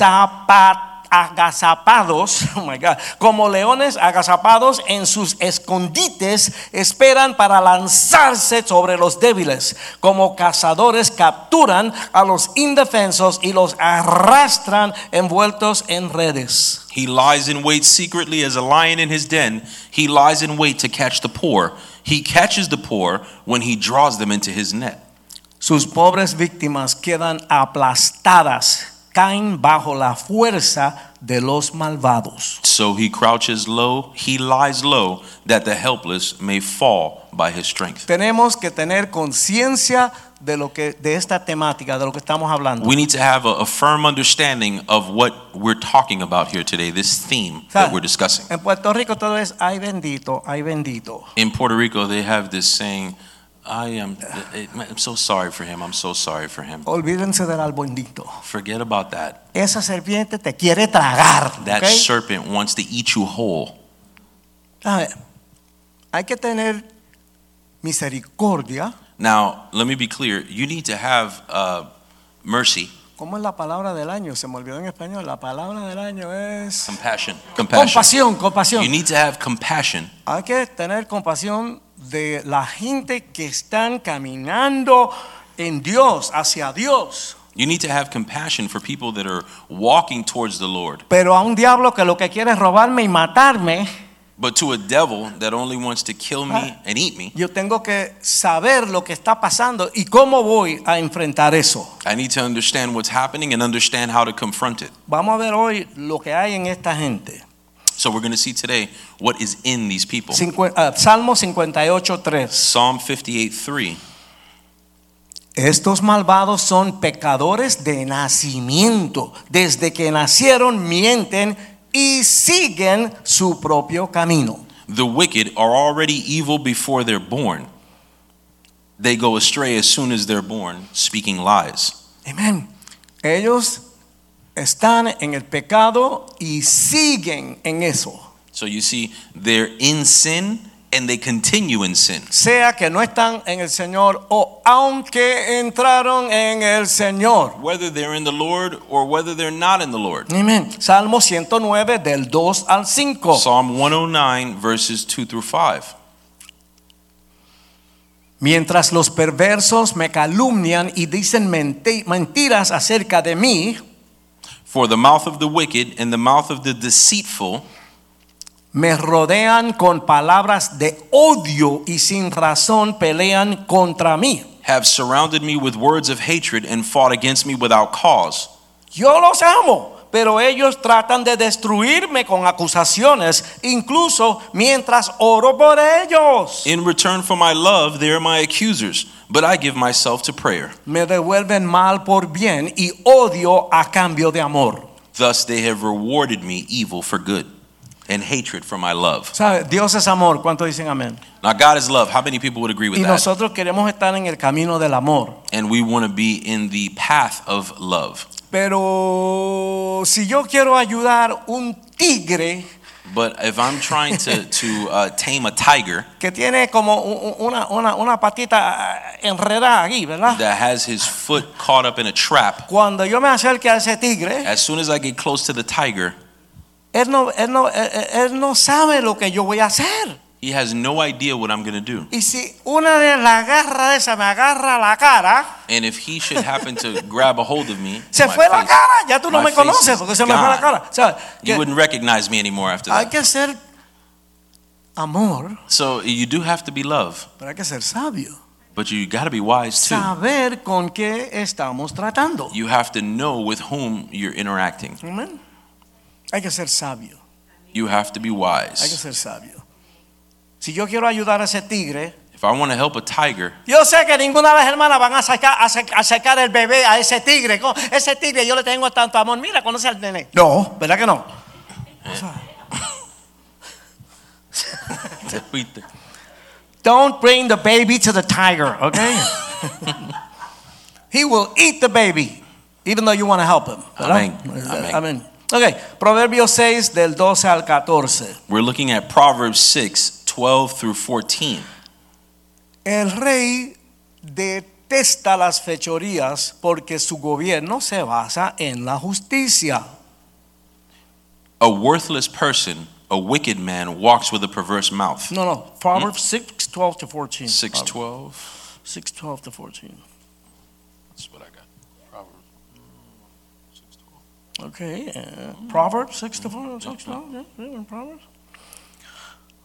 agazapa- agazapados, oh my God, como leones agazapados en sus escondites, esperan para lanzarse sobre los débiles, como cazadores capturan a los indefensos y los arrastran envueltos en redes.
He lies in wait secretly as a lion in his den. He lies in wait to catch the poor. He catches the poor when he draws them into his net.
Sus pobres víctimas quedan aplastadas, caen bajo la fuerza de los malvados.
So he crouches low, he lies low, that the helpless may fall by his strength.
Tenemos que tener conciencia de lo que de esta temática, de lo que estamos hablando.
We need to have a, a firm understanding of what we're talking about here today, this theme that we're discussing.
en Puerto Rico todo es ay bendito, ay bendito.
In Puerto Rico, they have this saying, I am I'm so sorry for him, I'm so sorry for him.
Olvídense del al bendito.
Forget about that.
Esa serpiente te quiere tragar.
That
¿ok?
serpent wants to eat you whole.
A ver, hay que tener misericordia.
Now, let me be clear. You need to have uh, mercy,
¿Cómo es la palabra del año? Se me olvidó en español. La palabra del año es
compassion, compassion.
compasión,
You
compasión.
need to have compassion
Hay que tener compasión de la gente que están caminando en Dios, hacia Dios.
You need to have compassion for people that are walking towards the Lord.
Pero a un diablo que lo que quiere es robarme y matarme,
But to a devil that only wants to kill me and eat me,
yo tengo que saber lo que está pasando y cómo voy a enfrentar eso.
I need to understand what's happening and understand how to confront it.
Vamos a ver hoy lo que hay en esta gente.
So we're going to see today what is in these people.
Cincu- ah, Salmo 58, 3.
Psalm 58:3.
Estos malvados son pecadores de nacimiento. Desde que nacieron mienten y siguen su propio camino.
The wicked are already evil before they're born. They go astray as soon as they're born, speaking lies.
Amén. Ellos están en el pecado y siguen en eso.
So you see, they're in sin and they continue in sin.
sea que no están en el Señor o aunque entraron en el Señor.
Whether they're in the Lord or whether they're not in the Lord.
Amén. Salmo 109 del 2 al 5.
Psalm 109, verses 2 through 5.
Mientras los perversos me calumnian y dicen menti- mentiras acerca de mí,
For the mouth of the wicked and the mouth of the deceitful
me rodean con palabras de odio y sin razón pelean contra mí.
have surrounded me with words of hatred and fought against me without cause.
Yo los amo, pero ellos tratan de destruirme con acusaciones, incluso mientras oro por ellos.
In return for my love, they are my accusers, but I give myself to prayer.
Me devuelven mal por bien y odio a cambio de amor.
Thus they have rewarded me evil for good and hatred for my love.
¿Sabe? Dios es amor, ¿cuánto dicen amén?
Now, God is love. How many people would agree with
Y
that?
nosotros queremos estar en el camino del amor.
And we want to be in the path of love.
Pero si yo quiero ayudar un tigre
But if I'm trying to, to uh, tame a tiger
que tiene como u- u- una, una, una patita ah, enredada aquí, ¿verdad?
that has his foot caught up in a trap,
Cuando yo me acerque a ese tigre,
as soon as I get close to the tiger,
él no, él, no, él- él- él no sabe lo que yo voy a hacer.
he has no idea what I'm going to do.
Y si una de las garras de esa me agarra la cara,
And if he should happen to grab a hold of me,
se
my
fue la
face-
cara, ya tú no
my
me
face
conoces
is
porque se me fue la
gone.
cara. O sea,
You
que
wouldn't recognize me anymore after
hay
that.
que ser amor,
So you do have to be love,
pero hay que ser sabio.
but you got to be wise too.
Saber con qué estamos tratando.
You have to know with whom you're interacting.
Amén. Hay que ser sabio,
You have to be
hay que
wise.
ser sabio. Si yo quiero ayudar a ese tigre,
If I want to help a tiger,
yo sé que ninguna de las hermanas van a sacar, a sac- a sacar el bebé a ese tigre. Co- Ese tigre yo le tengo tanto amor. Mira, conoce al nene. No, ¿verdad que no?
we th-
Don't bring the baby to the tiger, okay? He will eat the baby, even though you want to help him. ¿verdad?
Amén, amén.
Amén. Ok, Proverbios 6 del 12 al 14.
we're looking at Proverbs 6 12 through 14.
El rey detesta las fechorías porque su gobierno se basa en la justicia.
A worthless person, a wicked man, walks with a perverse mouth.
No, no, Proverbs
Hmm?
6, 12 to 14.
6
Proverbs
12.
6, 12 to 14.
That's what I got. Proverbs 6 12.
Okay, eh, Proverbs 6 to 14. 6 to 12, yeah, yeah, in Proverbs.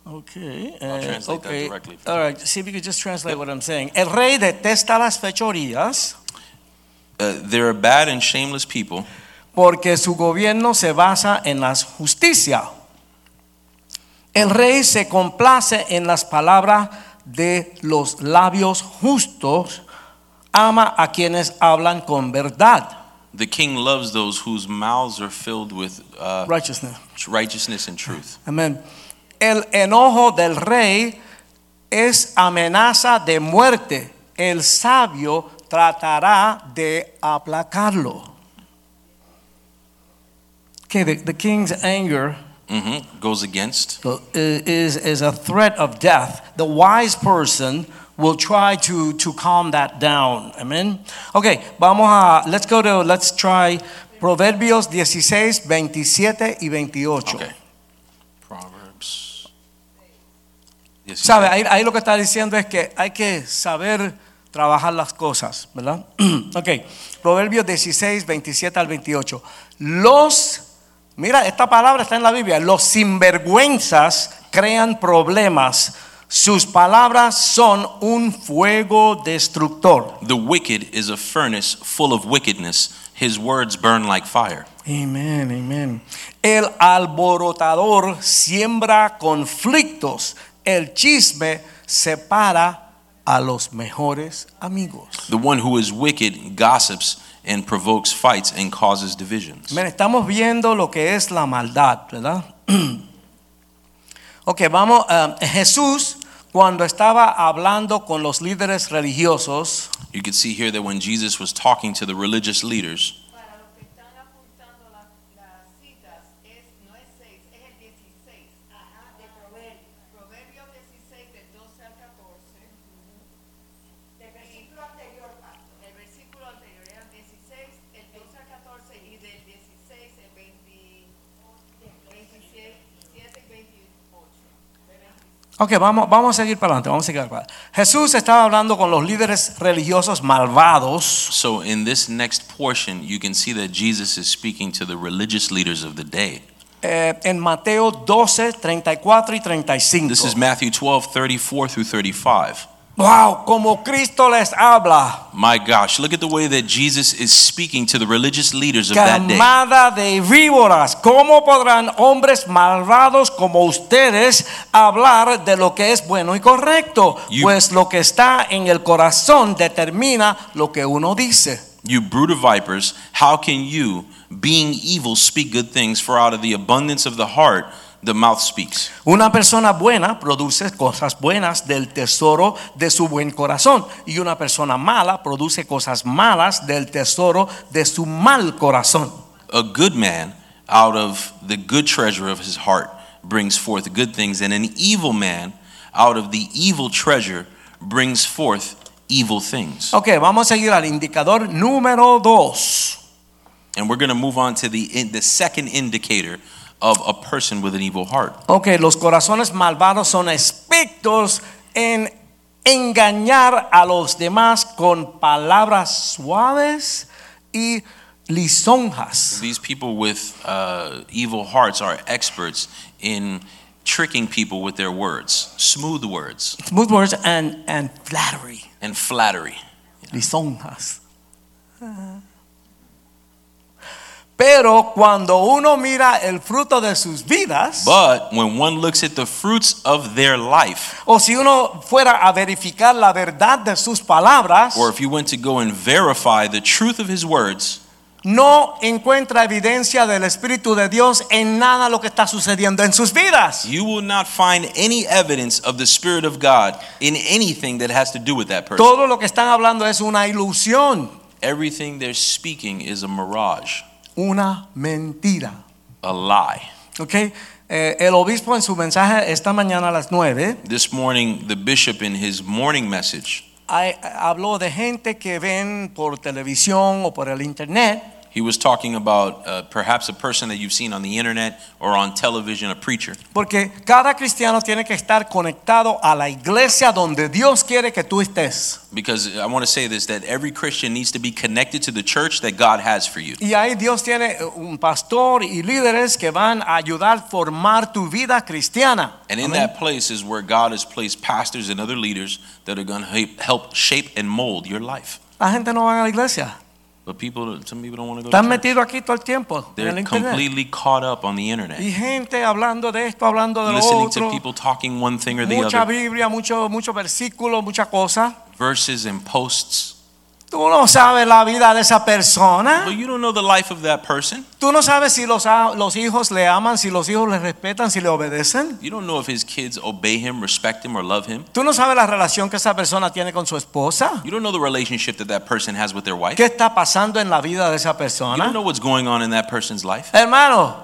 Okay, eh,
translate that
okay.
directly for
All right, see if you could just translate what I'm saying. El rey detesta las fechorías
Uh, there are bad and shameless people
porque su gobierno se basa en la justicia. El rey se complace en las palabras de los labios justos, ama a quienes hablan con verdad.
The king loves those whose mouths are filled with uh,
Righteousness.
righteousness and truth.
Amén. El enojo del rey es amenaza de muerte. El sabio tratará de aplacarlo. Okay, the, the king's anger
hmm Goes against.
So, i- is, is a threat of death. The wise person will try to, to calm that down. Amen. Okay, vamos a, let's go to, let's try Proverbios 16, 27 y 28.
Okay. Proverbs. Yes, you
¿Sabe?
said-
Ahí, ahí lo que está diciendo es que hay que saber trabajar las cosas, ¿verdad? ok, Proverbios 16, 27 al 28. Los, mira, esta palabra está en la Biblia, los sinvergüenzas crean problemas. Sus palabras son un fuego destructor.
The wicked is a furnace full of wickedness. His words burn like fire.
Amén, amén. El alborotador siembra conflictos. El chisme separa a los mejores amigos.
The one who is wicked gossips and provokes fights and causes divisions.
Mira, estamos viendo lo que es la maldad, ¿verdad? ok, vamos. ah, Jesús, cuando estaba hablando con los líderes religiosos,
You can see here that when Jesus was talking to the religious leaders,
Para los que están apuntando las, las citas, es, no es 6, es el 16. Ajá, de Proverbios. Proverbios 16, del 12 al 14. Del versículo anterior, Pastor. El versículo anterior era el 16, el 12 al 14 y del 16, el 20, 27 y 28.
ok, vamos, vamos a seguir para adelante, vamos a seguir para adelante. Jesús estaba hablando con los líderes religiosos malvados
so in this next portion, you can see that Jesus is speaking to the religious leaders of the day.
eh, en Mateo 12, 34 y 35.
This is Matthew 12, 34 through 35.
Wow, como Cristo les habla.
My gosh, look at the way that Jesus is speaking to the religious leaders of that day.
Camada de víboras, ¿cómo podrán hombres malvados como ustedes hablar de lo que es bueno y correcto?
You-
pues lo que está en el corazón determina lo que uno dice.
You brood of vipers, how can you, being evil, speak good things? For out of the abundance of the heart, the mouth speaks.
Una persona buena produce cosas buenas del tesoro de su buen corazón y una persona mala produce cosas malas del tesoro de su mal corazón.
A good man, out of the good treasure of his heart, brings forth good things, and an evil man, out of the evil treasure, brings forth evil things.
Ok, vamos a seguir al indicador número 2.
And we're going to move on to the in, the second indicator of a person with an evil heart.
Ok, los corazones malvados son expertos en engañar a los demás con palabras suaves y lisonjas.
These people with uh, evil hearts are experts in tricking people with their words, smooth words,
Smooth words and, and flattery.
and flattery.
lisonjas. Pero cuando uno mira el fruto de sus vidas,
But when one looks at the fruits of their life,
o si uno fuera a verificar la verdad de sus palabras,
or if you went to go and verify the truth of his words,
no encuentra evidencia del Espíritu de Dios en nada lo que está sucediendo en sus vidas.
you will not find any evidence of the Spirit of God in anything that has to do with that person.
Todo lo que están hablando es una ilusión,
Everything they're speaking is a mirage,
una mentira.
a lie.
¿ok? Eh, el obispo en su mensaje esta mañana a las 9
This morning, the bishop in his morning message,
Hay- habló de gente que ven por televisión o por el internet
he was talking about uh, perhaps a person that you've seen on the internet or on television, a preacher.
porque cada cristiano tiene que estar conectado a la iglesia donde Dios quiere que tú estés
Because I want to say this that every Christian needs to be connected to the church that God has for you.
y ahí Dios tiene eh, un pastor y líderes que van a ayudar a formar tu vida cristiana
And in
Amén.
that place is where God has placed pastors and other leaders that are going to help shape and mold your life.
la gente no va a la iglesia
But people, some people don't want to go
están
to church.
metidos aquí todo el tiempo en el
They're
internet
completely caught up on the internet,
y gente hablando de esto hablando de lo
listening to
otro
people talking one thing or the
mucha
other,
Biblia mucho mucho versículo mucha cosa
verses and posts.
tú no sabes la vida de esa persona
But you don't know the life of that person.
Tú no sabes si los, a- los hijos le aman, si los hijos le respetan, si le obedecen.
You don't know if his kids obey him, respect him, or love him.
Tú no sabes la relación que esa persona tiene con su esposa.
You don't know the relationship that that person has with their wife.
¿Qué ¿Ah? está pasando en la vida de esa
You don't
persona?
know what's going on in that person's life.
Hermano,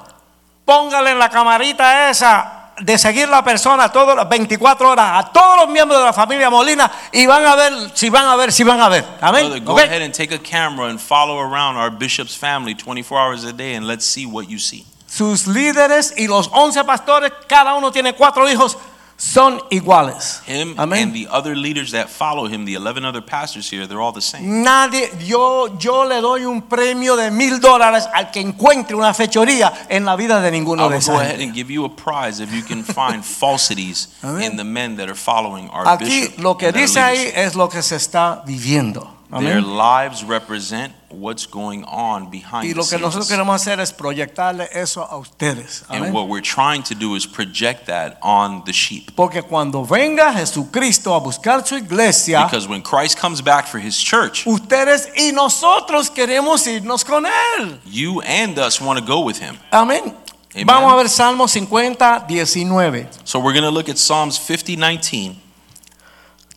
póngale en la camarita esa de seguir la persona todas las 24 horas a todos los miembros de la familia Molina y van a ver si van a ver si van a ver.
Brother,
Amén.
go
¿Ok?
ahead and take a camera and follow around our bishop's family 24 hours a day and let's see what you see.
Sus líderes y los 11 pastores, cada uno tiene cuatro hijos, son iguales.
Him
Amén.
and the other leaders that follow him, the 11 other pastors here, they're all the same.
Nadie, yo, yo le doy un premio de mil dólares al que encuentre una fechoría en la vida de
I
ninguno de
will go
esos.
ahead and give you a prize if you can find falsities
Amén.
in the men that are following our
Aquí
bishop.
lo que
and their
dice ahí
leaders.
es lo que se está viviendo.
Their
Amén.
lives represent what's going on behind
Y
the
lo que nosotros
scenes.
queremos hacer es proyectarle eso a ustedes.
And
Amén.
what we're trying to do is project that on the sheep.
Porque cuando venga Jesucristo a buscar su iglesia,
Because when Christ comes back for his church,
ustedes y nosotros queremos irnos con él.
you and us want to go with him.
Amén.
Amen.
Vamos a ver Salmo 50, 19.
So we're going to look at Psalms 50:19.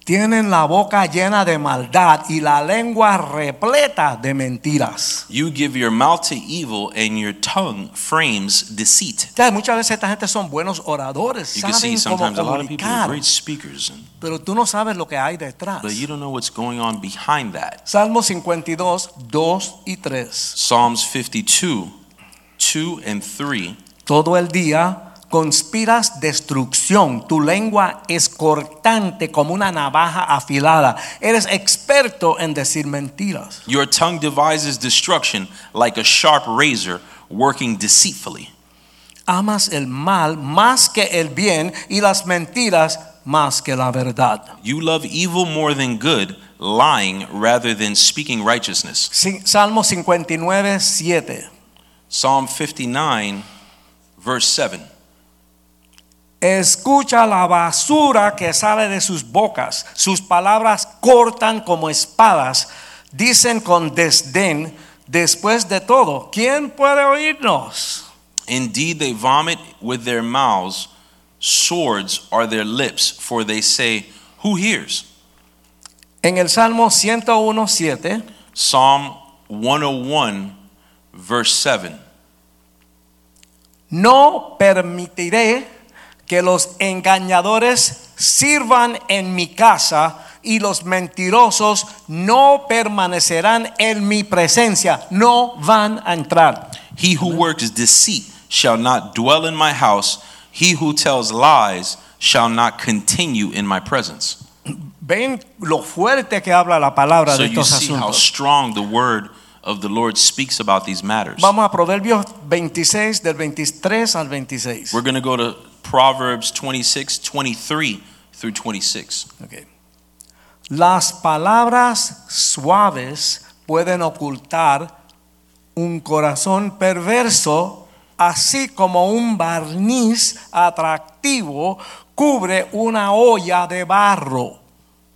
Tienen la boca llena de maldad y la lengua repleta de mentiras.
You give your mouth to evil and your tongue frames deceit.
O sea, muchas veces esta gente son buenos oradores,
You can see
saben cómo
sometimes a lot of people are
comunicar,
great speakers, and-
pero tú no sabes lo que hay detrás.
but you don't know what's going on behind that.
Salmo 52, 2 y 3.
Psalms 52, 2 and 3.
Todo el día conspiras destrucción, tu lengua es cortante como una navaja afilada. Eres experto en decir mentiras.
Your tongue devises destruction like a sharp razor working deceitfully.
Amas el mal más que el bien y las mentiras más que la verdad.
You love evil more than good, lying rather than speaking righteousness.
Sin- Salmo 59, 7.
Psalm 59, verse 7.
Escucha la basura que sale de sus bocas. Sus palabras cortan como espadas. Dicen con desdén, después de todo, ¿quién puede oírnos?
Indeed, they vomit with their mouths, swords are their lips, for they say, Who hears?
En el Salmo 101, 7.
Psalm 101, verse 7.
No permitiré que los engañadores sirvan en mi casa y los mentirosos no permanecerán en mi presencia, no van a entrar.
He who works deceit shall not dwell in my house, he who tells lies shall not continue in my presence.
Ven lo fuerte que habla la palabra
So
de
you
estos
see how
asuntos.
strong the word of the Lord speaks about these matters.
Vamos a Proverbios 26 del 23 al 26.
We're going to go to Proverbs 26, 23 through 26.
Ok. Las palabras suaves pueden ocultar un corazón perverso, así como un barniz atractivo cubre una olla de barro.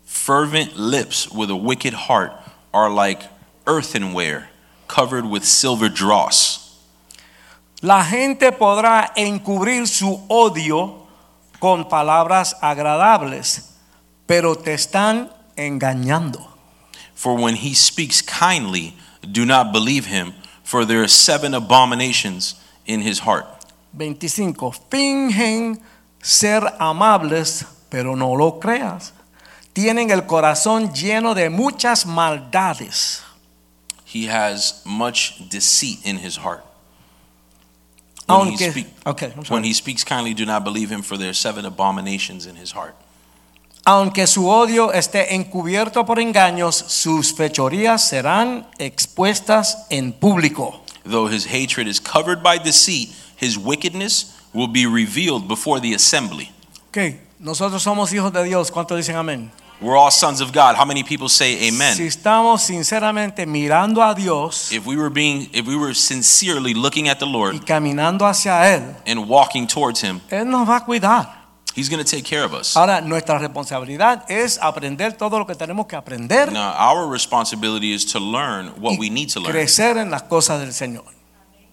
Fervent lips with a wicked heart are like earthenware covered with silver dross.
La gente podrá encubrir su odio con palabras agradables, pero te están engañando.
For when he speaks kindly, do not believe him, for there are seven abominations in his heart.
25. Fingen ser amables, pero no lo creas. Tienen el corazón lleno de muchas maldades.
He has much deceit in his heart. When, he,
Aunque,
speak-
ok, I'm sorry.
when he speaks kindly, do not believe him, for there are seven abominations in his heart.
Aunque su odio esté encubierto por engaños, sus fechorías serán expuestas en público.
Though his hatred is covered by deceit, his wickedness will be revealed before the assembly.
Ok, Nosotros somos hijos de Dios. ¿Cuántos dicen amén?
We're all sons of God. How many people say amen?
Si estamos sinceramente mirando a Dios
If we were being if we were sincerely looking at the Lord
y caminando hacia Él,
and walking towards him,
Él nos va a cuidar.
he's going to take care of us.
Ahora, nuestra responsabilidad es aprender todo lo que tenemos que aprender
Now, our responsibility is to learn what
y
we need to learn,
crecer en las cosas del Señor.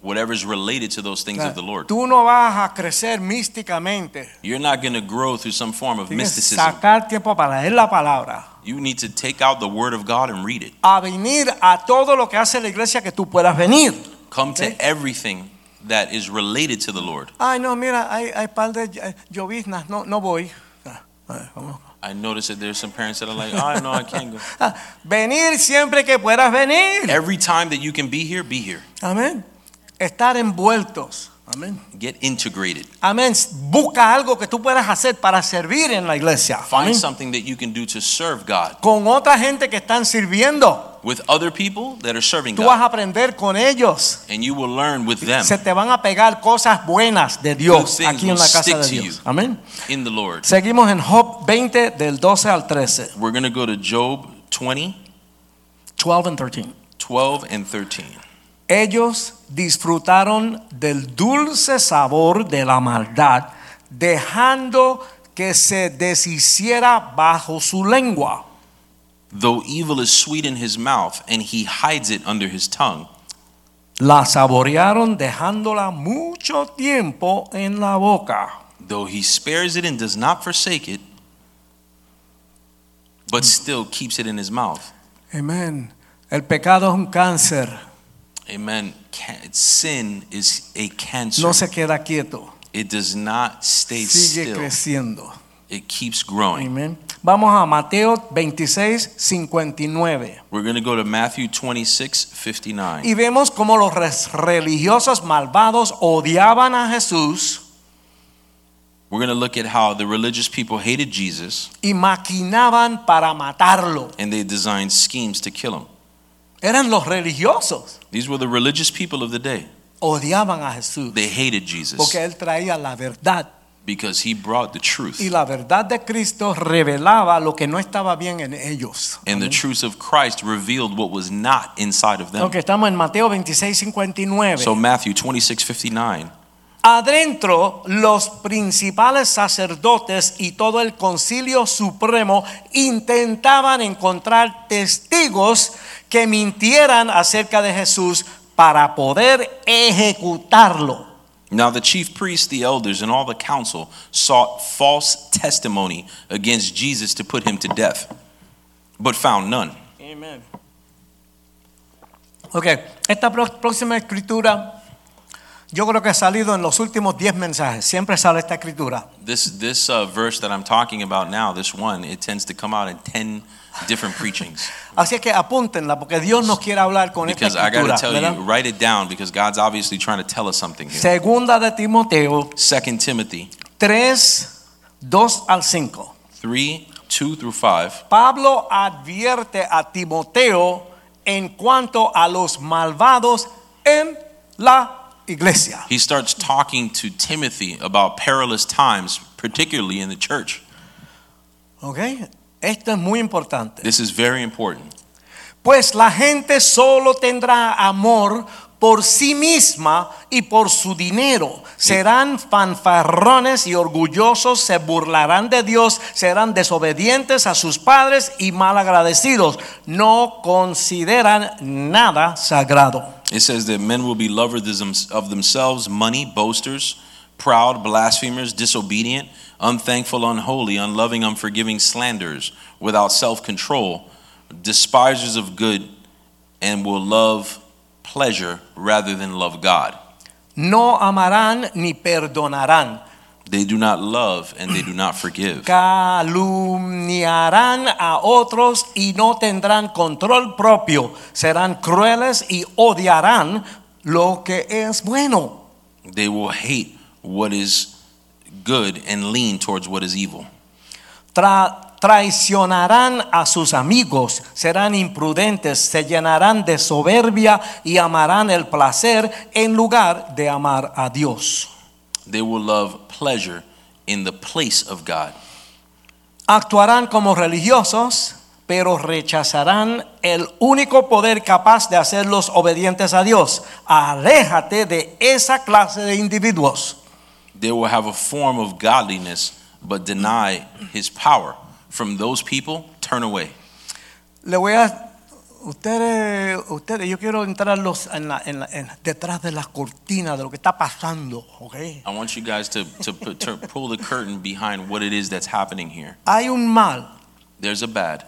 whatever's related to those things of the Lord.
Tú no vas a crecer místicamente.
You're not going to grow through some form of
Tienes que
mysticism.
sacar tiempo para leer la palabra,
You need to take out the word of God and read it.
a venir a todo lo que hace la iglesia que tú puedas venir.
Come
Okay.
to everything that is related to the Lord.
Ay, no, mira, hay, hay par de eh, lloviznas, no, no voy. Ah, ah, vamos.
I noticed that there's some parents that are like, "I no, I can't go."
Ah, Venir siempre que puedas venir.
Every time that you can be here, be here.
Amén. Estar envueltos. Amén.
Get integrated.
Amén. Busca algo que tú puedas hacer para servir en la iglesia.
Find
Amén.
something that you can do to serve God
Con otra gente que están sirviendo.
with other people that are serving
Tú vas
God,
a aprender con ellos.
and you will learn with them
Se te van a pegar cosas buenas de Dios
things
aquí en
will
la casa
stick
de
to
Dios.
you.
Amén.
in the Lord.
Seguimos en Job 20 del 12 al 13.
We're going to go to Job 20,
12 and 13.
12 and 13.
Ellos disfrutaron del dulce sabor de la maldad, dejando que se deshiciera bajo su lengua.
Though evil is sweet in his mouth and he hides it under his tongue,
La saborearon dejándola mucho tiempo en la boca.
though he spares it and does not forsake it, but
Mm.
still keeps it in his mouth.
Amén. El pecado es un cáncer,
Amen. Can- Sin is a cancer.
no se queda quieto,
It does not stay
sigue Mm.
still.
creciendo.
It keeps growing.
Amén. Vamos a Mateo 26, 59.
We're going to go to Matthew 26, 59.
Y vemos cómo los res- religiosos malvados odiaban a Jesús
We're going to look at how the religious people hated Jesus
y maquinaban para matarlo.
and they designed schemes to kill him.
Eran los religiosos.
These were the religious people of the day.
odiaban a Jesús
They hated Jesus
porque él traía la verdad
because he brought the truth.
y la verdad de Cristo revelaba lo que no estaba bien en ellos.
And the truth of Christ revealed what was not inside of them.
Aunque estamos en Mateo 26, 59.
So Matthew 26, 59.
Adentro los principales sacerdotes y todo el concilio supremo intentaban encontrar testigos que mintieran acerca de Jesús para poder ejecutarlo.
Now the chief priests, the elders, and all the council sought false testimony against Jesus to put him to death, but found none.
Ok, esta pro- próxima escritura yo creo que ha salido en los últimos 10 mensajes. Siempre sale esta escritura.
This this uh, verse that I'm talking about now, this one, it tends to come out in ten different preachings.
Así es que apúntenla porque Dios nos quiere hablar con
Because
esta
I
escritura.
gotta tell
¿verdad?
you, write it down because God's obviously trying to tell us something here.
Segunda de Timoteo
Second Timothy
3, 2 al 5.
three, two through five.
Pablo advierte a Timoteo en cuanto a los malvados en la iglesia.
He starts talking to Timothy about perilous times, particularly in the church.
¿Ok? Esto es muy importante.
This is very important.
Pues la gente solo tendrá amor por sí misma y por su dinero. Serán fanfarrones y orgullosos, se burlarán de Dios, serán desobedientes a sus padres y malagradecidos. No consideran nada sagrado.
It says that men will be lovers of themselves, money, boasters, proud, blasphemers, disobedient, unthankful, unholy, unloving, unforgiving, slanderers, without self control, despisers of good, and will love pleasure rather than love God.
No amarán ni perdonarán.
They do not love and they do not forgive.
Calumniarán a otros y no tendrán control propio. Serán crueles y odiarán lo que es bueno.
They will hate what is good and lean towards what is evil.
Tra- traicionarán a sus amigos. Serán imprudentes. Se llenarán de soberbia y amarán el placer en lugar de amar a Dios.
They will love pleasure in the place of God.
Actuarán como religiosos, pero rechazarán el único poder capaz de hacerlos obedientes a Dios. Aléjate de esa clase de individuos.
They will have a form of godliness, but deny his power. From those people, turn away.
Le voy a ustedes, ustedes, yo quiero entrar los- en la- en la- en- detrás de las cortinas de lo que está pasando, ¿ok?
I want you guys to, to, put, to pull the curtain behind what it is that's happening here.
Hay un mal.
There's a bad.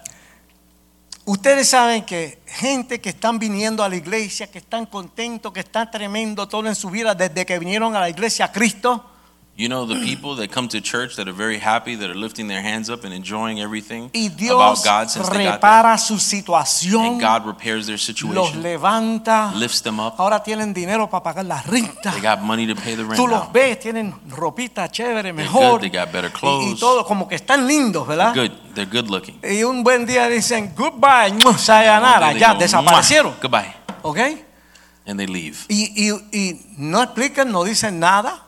Ustedes saben que gente que están viniendo a la iglesia, que están contentos, que están tremendo todo en su vida desde que vinieron a la iglesia a Cristo.
You know, the people that come to church that are very happy, that are lifting their hands up and enjoying everything
Y
about
Dios
God since they got there.
repara su situación,
And God repairs their
los
situation,
levanta.
lifts them up.
Ahora tienen dinero para pagar la renta.
They got money to pay the rent
Tú los
now.
ves, tienen ropita chévere,
They're
mejor.
good, they got better
Y- Y,
clothes.
todo, como que están lindos, ¿verdad?
Good. They're good looking.
Y un buen día dicen, goodbye, mua,
One
sayonara,
day they
ya
go, "Mwah,
desaparecieron.
Goodbye.
¿Ok?
And they leave.
Y, y, y no explican, no dicen nada.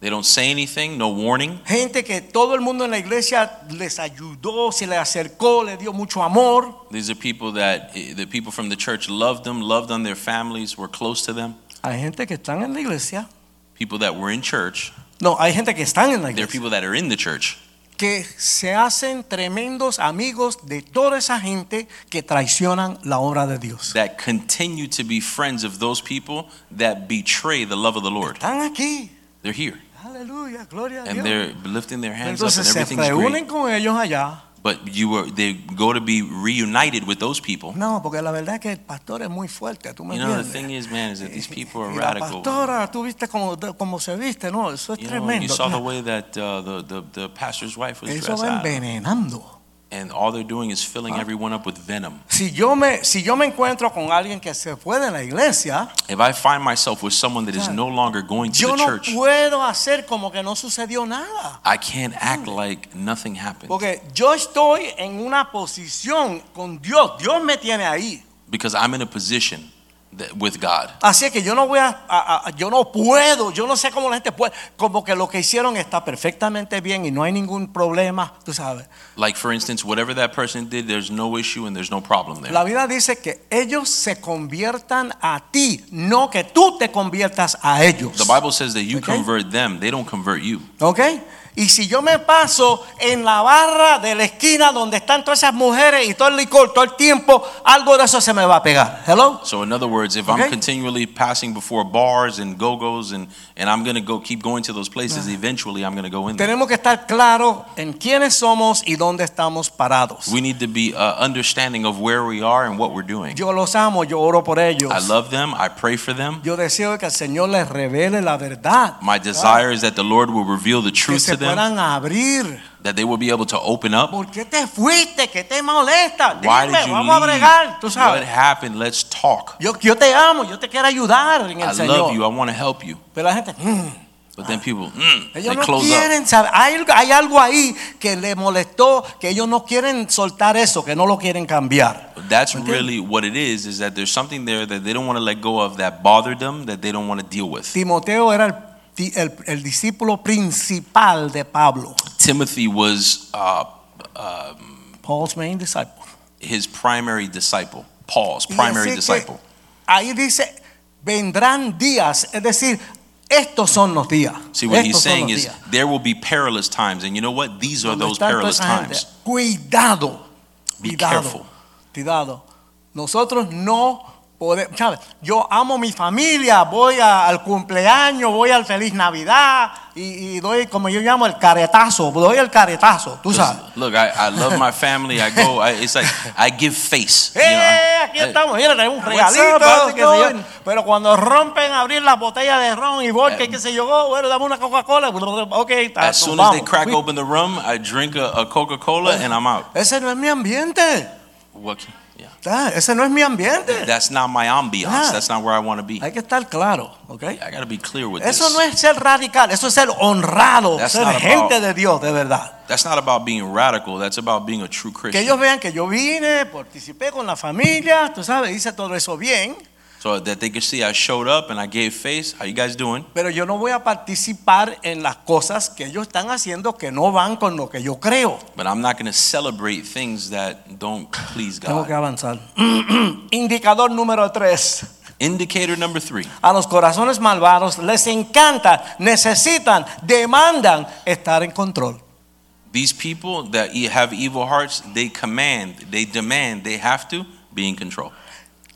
They don't say anything, no warning.
Gente que todo el mundo en la iglesia les ayudó, se les acercó, les dio mucho amor.
These are people that eh, the people from the church loved them, loved on their families, were close to them.
Hay gente que están en la iglesia.
People that were in church.
No, hay gente que están en la
There are
iglesia.
people that are in the church
que se hacen tremendos amigos de toda esa gente que traicionan la obra de Dios.
that continue to be friends of those people that betray the love of the Lord.
Están aquí.
They're here
Aleluya, gloria a
and
Dios.
they're lifting their hands up
Entonces
and
se
everything's great.
reúnen con ellos allá.
But you were they go to be reunited with those people.
No, porque la verdad es que el pastor es muy fuerte, tú me
You know the
entiendes.
thing is, man, is that these people are
Y la
radical.
pastora, tú viste como, como se viste, no, eso es
You know, you
tremendo.
saw the way that uh, the, the the pastor's wife was
eso
dressed,
va Ah.
out.
envenenando.
and all they're doing is filling everyone up with venom.
Si yo me si yo me encuentro con alguien que se fue de la iglesia,
If I find myself with someone that is no longer going to
yo
the
no
church,
puedo hacer como que no sucedió nada.
I can't act like nothing happened
Porque yo estoy en una posición con Dios. Dios me tiene ahí.
because I'm in a position th- with God.
Así es que yo no voy a, a- a- yo no puedo, yo no sé cómo la gente puede, como que lo que hicieron está perfectamente bien y no hay ningún problema, tú sabes.
Like, for instance, whatever that person did, there's no issue and there's no problem there.
La Biblia dice que ellos se conviertan a ti, no que tú te conviertas a ellos.
The Bible says that you
Okay.
convert them, they don't convert you.
¿Ok? Y si yo me paso en la barra de la esquina donde están todas esas mujeres y todo el licor todo el tiempo, algo de eso se me va a pegar. Hello?
So, in other words, if
Okay.
I'm continually passing before bars and go-go's and, and I'm going to go keep going to those places, eventually I'm going to go in there.
Tenemos que estar claros en quiénes somos y dónde estamos parados.
We need to be uh, understanding of where we are and what we're doing.
Yo los amo, yo oro por ellos.
I love them. I pray for them.
Yo deseo que el Señor les revele la verdad.
My desire is that the Lord will reveal the
Que
truth
se
to them,
puedan abrir.
that they will be able to open up.
¿Por qué te fuiste? ¿Qué te molesta?
Why
Dime,
did you
vamos a bregar, tú
leave? What
sabes.
happened? Let's talk.
Yo, yo te amo, yo te quiero ayudar en el
I
Señor.
love you. I want to help you.
Pero la gente, mm,
But then people, mm,
ellos
they
no
close up.
quieren saber. Hay, algo- hay algo ahí que les molestó, que ellos no quieren soltar eso, que no lo quieren cambiar.
That's
¿Entiendes?
really what it is, is that there's something there that they don't want to let go of that bothered them, that they don't want to deal with.
Timoteo era el, ti- el- el discípulo principal de Pablo.
Timothy was uh, um
Paul's main disciple.
his primary disciple, Paul's
Y así
primary
que
disciple.
Ahí dice, vendrán días, es decir, estos son los días.
See, what he's
Estos son
saying
los
is
días.
there will be perilous times. And you know what? These are
Cuando
those
está toda
perilous
esa gente,
times.
Cuidado,
Be
cuidado,
careful.
cuidado. Nosotros no podemos, ¿sabes? Yo amo mi familia, voy a- al cumpleaños, voy al feliz Navidad y, y doy, como yo llamo, el caretazo, doy el caretazo, tú sabes.
'Cause, Look, I, I love my family. I go. I, it's like I give face. you know.
¡Eh! Aquí
I-
estamos, mira, tenemos un
What's
regalito,
up, how's it
qué sé yo.
going?
Pero cuando rompen a abrir las botellas de ron y vodka,
Eh,
qué sé yo, oh, bueno, dame una Coca-Cola, ok, está,
as soon
nos
as they
vamos.
crack
Uy,
open the rum, I drink a, a Coca Cola and I'm out.
Ese no es mi ambiente,
What can- yeah.
Ah, ese no es mi ambiente.
That's not my ambiance.
Ah.
That's not where I want to be.
Hay que estar claro, ok.
I gotta be clear with
Eso
this.
no es ser radical, eso es ser honrado,
That's
ser
not about-
gente de Dios, de verdad.
That's not about being radical. That's about being a true
Que
Christian.
ellos vean que yo vine, participé con la familia, tú sabes, hice todo eso bien,
So that they could see I showed up and I gave face. How you guys doing?
pero yo no voy a participar en las cosas que ellos están haciendo que no van con lo que yo creo.
But I'm not gonna celebrate things that don't please
Tengo que
God.
avanzar. Indicador número 3.
Indicator number three.
A los corazones malvados les encanta, necesitan, demandan estar en control.
These people that e- have evil hearts, they command, they demand, they have to be in control.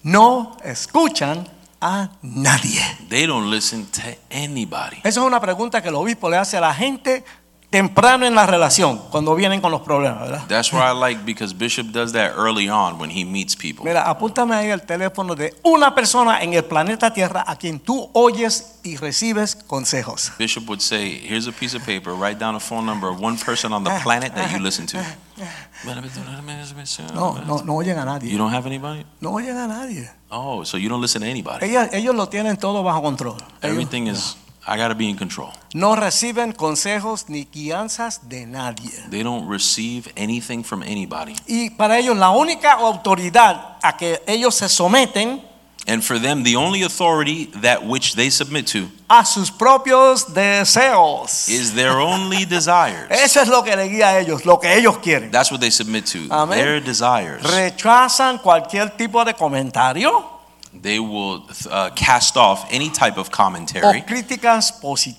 No escuchan a nadie.
They don't listen to anybody.
Esa es una pregunta que el obispo le hace a la gente temprano en la relación, cuando vienen con los problemas, ¿verdad?
That's why I like because Bishop does that early on when he meets people.
Mira, apúntame ahí el teléfono de una persona en el planeta Tierra a quien tú oyes y recibes consejos.
Bishop would say, "Here's a piece of paper. Write down a phone number of one person on the planet that you listen to."
No, no, no oyen a
You
nadie.
don't have anybody?
No oyen a nadie.
Oh, so you don't listen to anybody.
Ellos, ellos lo tienen todo bajo control. Ellos-
Everything is I got to be in control.
No reciben consejos ni guianzas de nadie.
They don't receive anything from anybody.
Y para ellos la única autoridad a que ellos se someten
And for them, the only authority that which they submit to
a sus propios deseos.
is their only desires.
Eso es lo que le guía a ellos, lo que ellos quieren.
That's what they submit to.
Amen.
Their desires.
Rechazan cualquier tipo de comentario
They will uh, cast off any type of commentary,
o críticas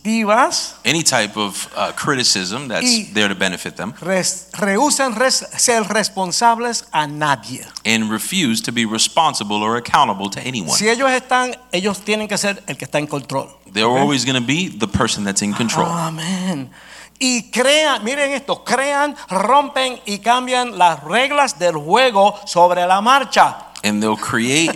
positivas.
any type of uh, criticism that's
Y-
there to benefit them,
Res- rehúsan res- ser responsables a nadie.
and refuse to be responsible or accountable to anyone.
Si ellos están, ellos tienen que ser el que está en control.
They're always going to be the person that's in control.
Ah. Amén. Y crean, miren esto, crean, rompen y cambian las reglas del juego sobre la marcha
and they'll create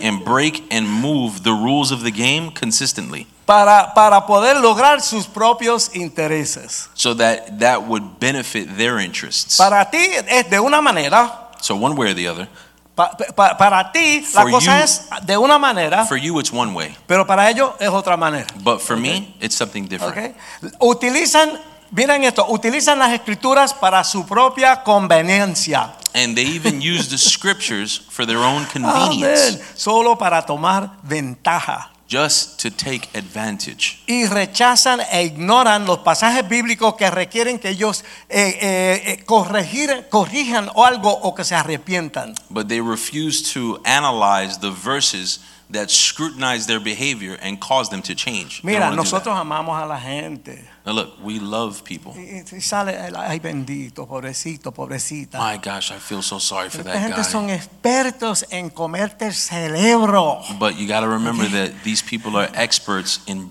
and break and move the rules of the game consistently
para, para poder lograr sus propios intereses.
so that that would benefit their interests.
Para ti es de una manera,
So one way or the other,
pa- pa- para ti la
For
cosa
you-
es de una manera,
for you it's one way,
pero para ellos es otra manera.
but for me it's something different.
¿ok? Utilizan, miren esto, utilizan las escrituras para su propia conveniencia.
And they even use the scriptures for their own convenience,
Amén. Solo para tomar ventaja.
just to take advantage.
Y rechazan e ignoran los pasajes bíblicos que requieren que ellos eh, eh, eh, corregir- corrijan o algo o que se arrepientan.
But they refuse to analyze the verses that scrutinize their behavior and cause them to change. They
Mira,
don't wanna do that.
nosotros amamos a la gente.
Now look, we love people.
Y, y sale, el, ay bendito, pobrecito, pobrecita.
My gosh, I feel so sorry for
Esta
that
gente
guy.
son expertos en comerte el cerebro.
But you got to remember that these people are experts in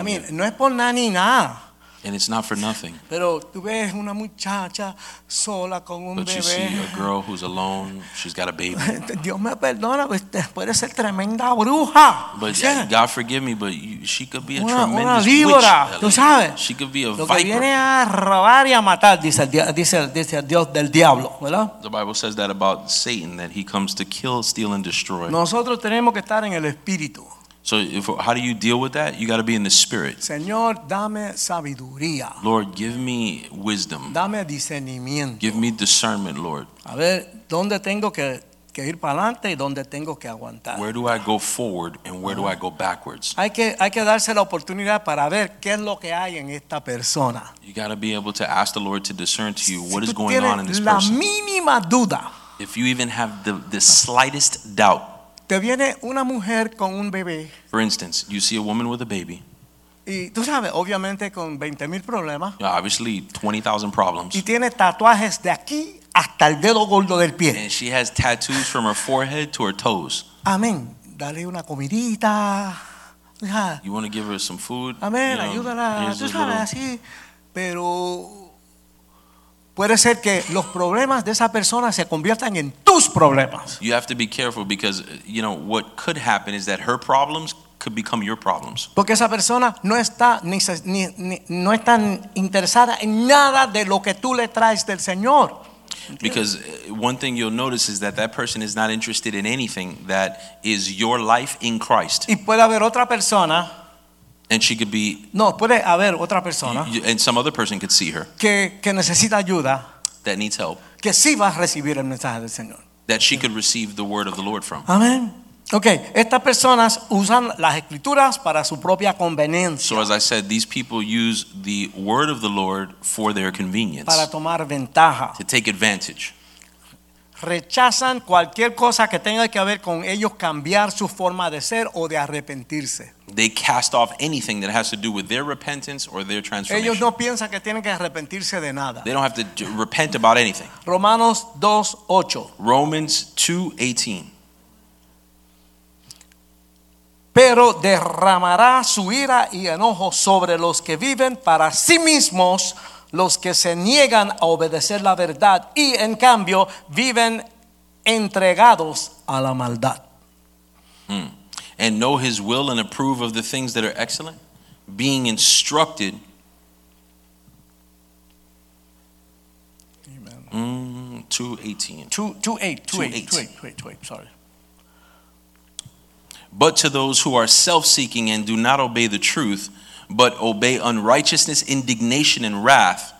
I
you.
mean, no es por nada ni nada,
and it's not for nothing.
pero tú ves una muchacha sola con un
But you see
bebé.
a girl who's alone, she's got a baby.
Dios me perdona, pero usted puede ser tremenda bruja.
But
Sí.
God forgive me, but you, she could be a
Una- una
tremendous
víbora,
witch.
tú
Ellie.
sabes.
She could be a
Lo que viene
viper.
a robar y a matar, dice el, dia- dice el- dice el Dios del diablo, ¿verdad?
The Bible says that about Satan that he comes to kill, steal, and destroy.
Nosotros tenemos que estar en el espíritu.
So if, how do you deal with that? You got to be in the spirit.
Señor, dame sabiduría,
Lord, give me wisdom.
dame discernimiento.
Give me discernment, Lord.
A ver, ¿dónde tengo que, que ir para adelante y dónde tengo que aguantar?
Where do I go forward and where do I go backwards?
Hay que, hay que darse la oportunidad para ver qué es lo que hay en esta persona.
You got to be able to ask the Lord to discern to you what
si
is
tú
going
tienes
on in this
la
person.
mínima duda,
If you even have the, the slightest doubt,
te viene una mujer con un bebé
for instance, you see a woman with a baby,
y tú sabes, obviamente con 20 mil problemas
you know, obviously 20,000 problems,
y tiene tatuajes de aquí hasta el dedo gordo del pie.
and she has tattoos from her forehead to her toes.
Amén. Dale una comidita. hija.
You want to give her some food?
Amén,
you know,
ayúdala.
here's
Tú
this
sabes,
little-
así. Pero puede ser que los problemas de esa persona se conviertan en tus problemas.
You have to be careful because, uh, you know, what could happen is that her problems could become your problems.
Porque esa persona no está, ni, se- ni- ni- no está interesada en nada de lo que tú le traes del Señor.
Because uh, one thing you'll notice is that that person is not interested in anything that is your life in Christ.
Y puede haber otra persona,
And she could be,
no, puede haber otra persona
you- and some other person could see her
que, que necesita ayuda,
that needs help,
que sí va a recibir el mensaje del Señor.
that she could receive the word of the Lord from.
Amén. Ok, estas personas usan las escrituras para su propia conveniencia,
So as I said, these people use the word of the Lord for their convenience
para tomar ventaja.
to take advantage.
rechazan cualquier cosa que tenga que ver con ellos cambiar su forma de ser o de arrepentirse.
They cast off anything that has to do with their repentance or their transformation.
Ellos no piensan que tienen que arrepentirse de nada.
They don't have to d- repent about anything.
Romanos 2:8.
Romans 2:18.
Pero derramará su ira y enojo sobre los que viven para sí mismos, los que se niegan a obedecer la verdad y en cambio viven entregados a la maldad.
And know his will and approve of the things that are excellent, being instructed. Mm, 2:18.
2:8,
2:8,
2:8, sorry.
But to those who are self-seeking and do not obey the truth, but obey unrighteousness, indignation and wrath,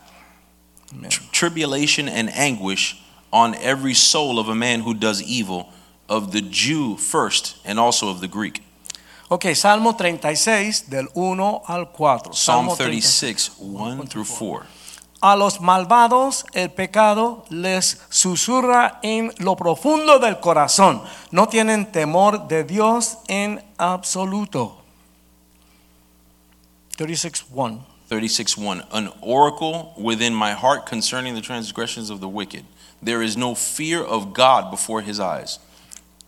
Amen.
tr- tribulation and anguish on every soul of a man who does evil, of the Jew first and also of the Greek.
Ok, Salmo 36, del 1 al 4.
Psalm
Salmo 36.
36, 1 through 4.
A los malvados el pecado les susurra en lo profundo del corazón. No tienen temor de Dios en absoluto. 36, 1.
36, 1. An oracle within my heart concerning the transgressions of the wicked. There is no fear of God before his eyes.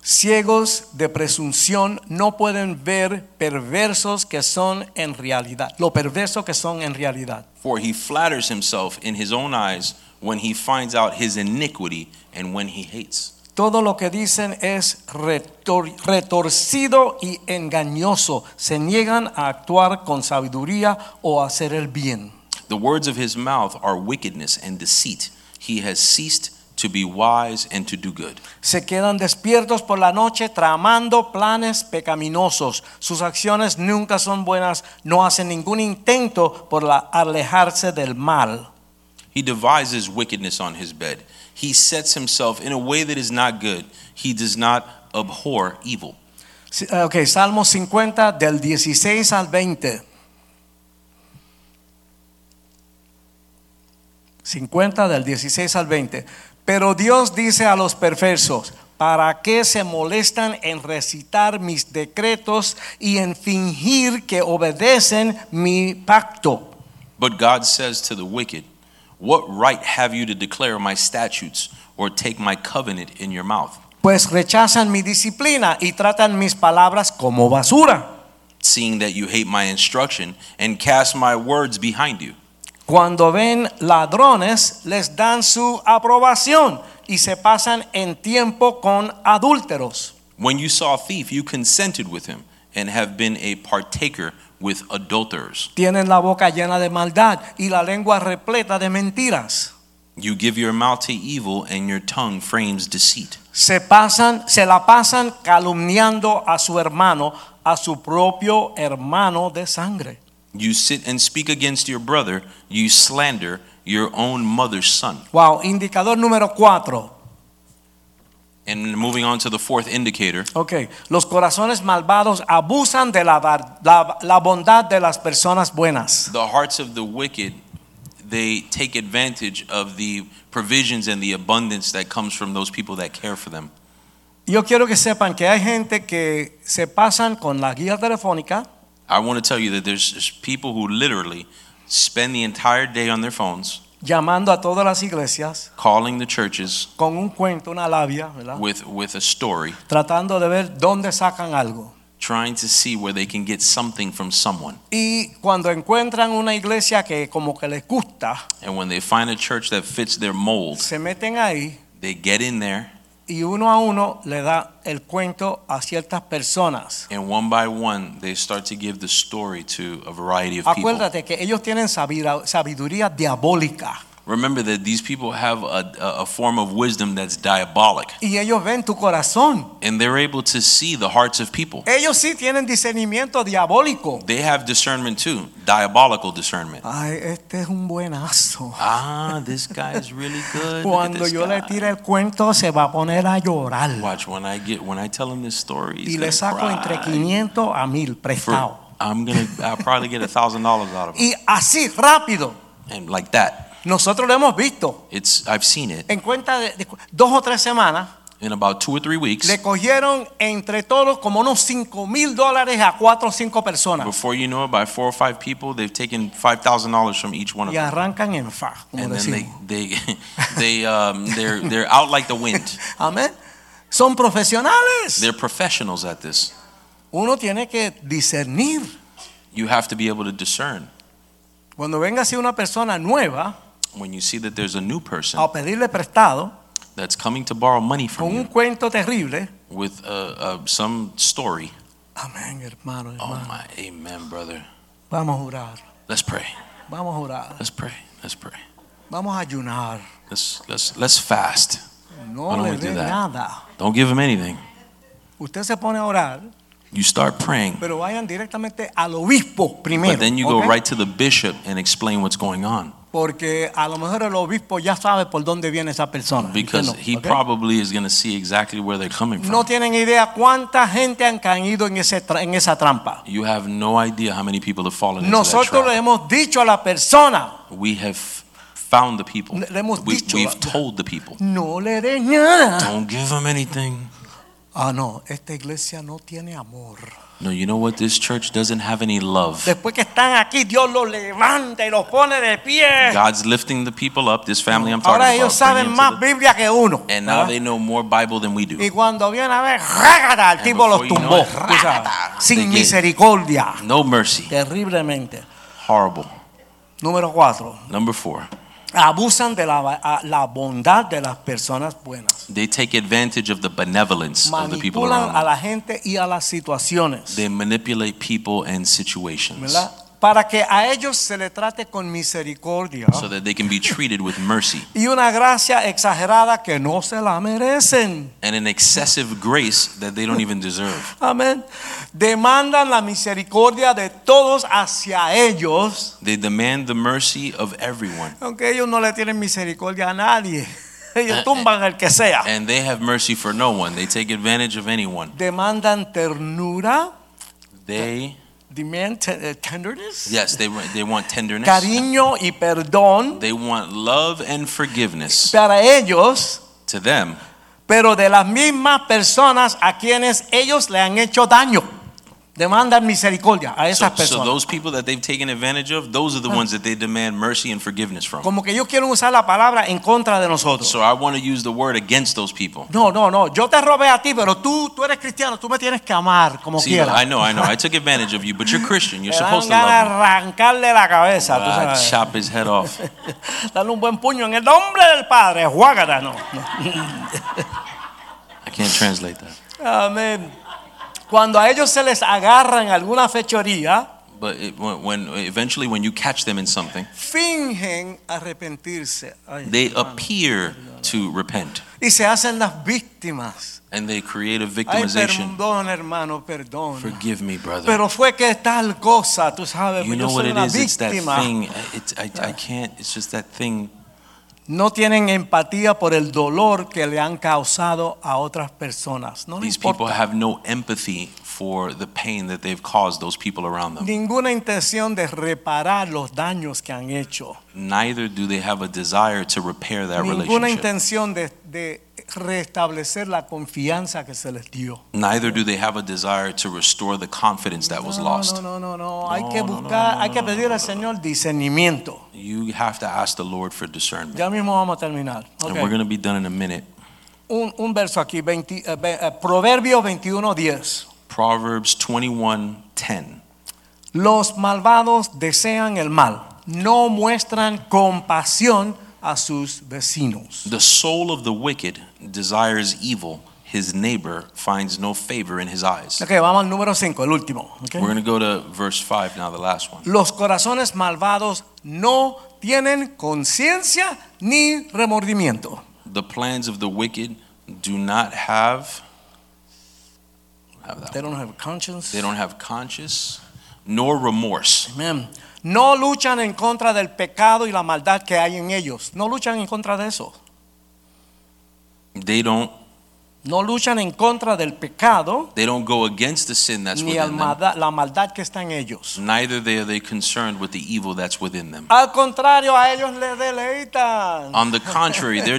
Ciegos de presunción no pueden ver perversos que son en realidad, lo perverso que son en realidad.
For he flatters himself in his own eyes when he finds out his iniquity and when he hates.
Todo lo que dicen es retor- retorcido y engañoso. Se niegan a actuar con sabiduría o a hacer el bien.
The words of his mouth are wickedness and deceit. He has ceased to be wise and to do good.
Se quedan despiertos por la noche tramando planes pecaminosos. Sus acciones nunca son buenas. No hacen ningún intento por la- alejarse del mal.
He devises wickedness on his bed. He sets himself in a way that is not good. He does not abhor evil.
Sí, ah, Ok, Salmo 50 del 16 al 20. 50 del 16 al 20. Pero Dios dice a los perversos, ¿para qué se molestan en recitar mis decretos y en fingir que obedecen mi pacto?
But God says to the wicked, What right have you to declare my statutes or take my covenant in your mouth?
Pues rechazan mi disciplina y tratan mis palabras como basura.
Seeing that you hate my instruction and cast my words behind you.
Cuando ven ladrones, les dan su aprobación y se pasan en tiempo con adúlteros.
When you saw a thief, you consented with him and have been a partaker with adulterers.
Tienen la boca llena de maldad y la lengua repleta de mentiras.
You give your mouth to evil and your tongue frames deceit.
Se pasan, se la pasan calumniando a su hermano, a su propio hermano de sangre.
You sit and speak against your brother, you slander your own mother's son.
Wow, indicador número cuatro.
And moving on to the fourth indicator,
Ok, los corazones malvados abusan de la, bar- la- la bondad de las personas buenas.
the hearts of the wicked they take advantage of the provisions and the abundance that comes from those people that care for them.
Yo quiero que sepan que hay gente que se pasan con la guía telefónica,
I want to tell you that there's there's people who literally spend the entire day on their phones
llamando a todas las iglesias
calling the churches
con un cuento, una labia, ¿verdad?
with with a story
tratando de ver dónde sacan algo.
trying to see where they can get something from someone.
Y cuando encuentran una iglesia que como que les gusta,
And when they find a church that fits their mold,
se meten ahí
they get in there
y uno a uno le da el cuento a ciertas personas.
and one by one they start to give the story to a variety of people.
Acuérdate que ellos tienen sabida- sabiduría diabólica.
Remember that these people have a, a a form of wisdom that's diabolic,
Y ellos ven tu corazón.
and they're able to see the hearts of people.
Ellos sí tienen discernimiento diabólico.
They have discernment too, diabolical discernment.
Ay, este es un buenazo.
Ah, this guy is really good. Look at
Cuando
this
yo le
guy.
tire el cuento se va a poner a llorar.
Watch when I get when I tell him this story. he's
Y le
gonna
saco
cry.
entre 500 a 1000
For-
prestado.
I'm gonna. I'll probably get a thousand dollars out of him,
Y así rápido.
and like that.
Nosotros lo hemos visto.
It's I've seen it
En cuenta de, de cu- dos o tres semanas
in about two or three weeks.
le cogieron entre todos como unos 5 mil dólares a cuatro o cinco personas.
Before you know it, by four or five people, they've taken five thousand dollars from each one of
Y
them.
arrancan en fa, como
and then
decimos.
they they they um, they're they're out like the wind.
Amén. Son profesionales.
They're professionals at this.
Uno tiene que discernir.
You have to be able to discern
Cuando venga así una persona nueva
when you see that there's a new person
a pedirle prestado
that's coming to borrow money
con
from
un
you
cuento terrible,
with uh, uh, some story.
amén, hermano,
Oh
hermano.
my, amen, brother.
Vamos a orar,
Let's pray.
vamos a orar,
Let's pray. Let's pray.
vamos a ayunar.
Let's let's let's fast. Why
No
don't
le
we do
dé
that?
nada.
Don't give him anything.
Usted se pone a orar,
You start praying,
pero vayan directamente al obispo primero.
but then you go
¿ok?
right to the bishop and explain what's going on
Porque a lo mejor el obispo ya sabe por dónde viene esa persona. usted
because
no,
he
¿ok?
probably is going to see exactly where they're coming
No
from.
tienen idea cuánta gente han caído en, ese tra- en esa trampa.
You have no idea how many people have fallen into that
Nosotros le
trap.
hemos dicho a la persona,
We have found the people.
Le- le hemos
We,
dicho
we've
la-
told the people.
no le des nada.
Don't give them anything.
Ah, no, esta iglesia no tiene amor.
No, you know what? This church doesn't have any love.
Después que están aquí, Dios los levanta y los pone de pie.
God's lifting the people up. This family I'm talking
Ahora
about.
ellos
bringing
saben
them to
más
the-
Biblia que uno.
and now
¿verdad?
they know more Bible than we
Y
do.
cuando viene a ver, ¡rágata! el
And
tipo los
before you
tumbó.
know it,
tú sabes,
¡rágata! They
sin
get-
misericordia.
No mercy.
Terriblemente.
Horrible.
Número cuatro.
Number four.
Abusan de la, a- la bondad de las personas buenas.
They take advantage of the benevolence of the people
Manipulan
around
a
them.
la gente y a las situaciones.
They manipulate people and situations.
¿verdad? para que a ellos se le trate con misericordia
so that they can be treated with mercy
y una gracia exagerada que no se la merecen.
and an excessive grace that they don't even deserve.
Amén. Demandan la misericordia de todos hacia ellos,
They demand the mercy of everyone,
aunque ellos no le tienen misericordia a nadie.
Eh,
Ellos tumban al que sea.
and they have mercy for no one. They take advantage of anyone.
Demandan ternura,
They,
demand te- eh, tenderness,
yes, they, wa- they want tenderness.
cariño y perdón
They want love and forgiveness
para ellos,
to them,
pero de las mismas personas a quienes ellos le han hecho daño. Demandan misericordia a
So,
esas
so
personas.
those people that they've taken advantage of, those are the ones that they demand mercy and forgiveness from.
Como que ellos quieren usar la palabra en contra de nosotros.
So I want to use the word against those people.
No, no, no. Yo te robé a ti, pero tú, tú eres cristiano. Tú me tienes que amar como
See,
quieras.
I know, I know. I took advantage of you, but you're Christian. You're
Te dan
supposed to
ganas de
love me.
arrancarle la cabeza. tú
Ah,
sabes.
chop his head off.
Dale un buen puño en el nombre del Padre. Juágata, no.
I can't translate that.
Amén. Cuando a ellos se les agarran alguna fechoría,
But it, when, when eventually, when you catch them in something,
fingen arrepentirse. Ay,
they
hermano.
appear to repent
y se hacen las víctimas.
and they create a
Ay,
victimization.
perdón, hermano, perdón.
Forgive me, brother.
Pero fue que tal cosa, tú sabes,
You
yo
know what
soy
it
una
is? It's that
víctima.
thing. It's, I, I can't. It's just that thing.
No tienen empatía por el dolor que le han causado a otras personas. No les
These people
importa.
have no empathy for the pain that they've caused those people around them.
Ninguna intención de reparar los daños que han hecho.
Neither do they have a desire to repair that
Ninguna
relationship.
intención de, de restablecer la confianza que se les dio.
Neither do they have a desire to restore the confidence that was
No, no,
lost.
no, no, no. Hay
No,
que
no, no,
buscar,
no,
hay
no,
que
no,
pedir
no,
al
no,
Señor discernimiento.
You have to ask the Lord for discernment.
Ya mismo vamos a terminar. Ok.
And we're going to be done in a minute.
Un, un verso aquí, 20, eh, ve- eh, Proverbios 21, 10.
Proverbs 21:10.
Los malvados desean el mal, no muestran compasión a sus vecinos.
The soul of the wicked desires evil, his neighbor finds no favor in his eyes.
Ok, vamos al número 5, el último. ok.
We're going to go to verse 5 now, the last one.
Los corazones malvados no tienen conciencia ni remordimiento.
The plans of the wicked do not have have that.
They don't have conscience.
They don't have conscience nor remorse.
Amen. No luchan en contra del pecado y la maldad que hay en ellos. No luchan en contra de eso.
They don't
No luchan en contra del pecado
they don't go against the sin that's
ni al
within them.
malda- la maldad que está en ellos.
Neither they are they concerned with the evil that's within them.
Al contrario, a ellos les deleitan.
On the contrary, they're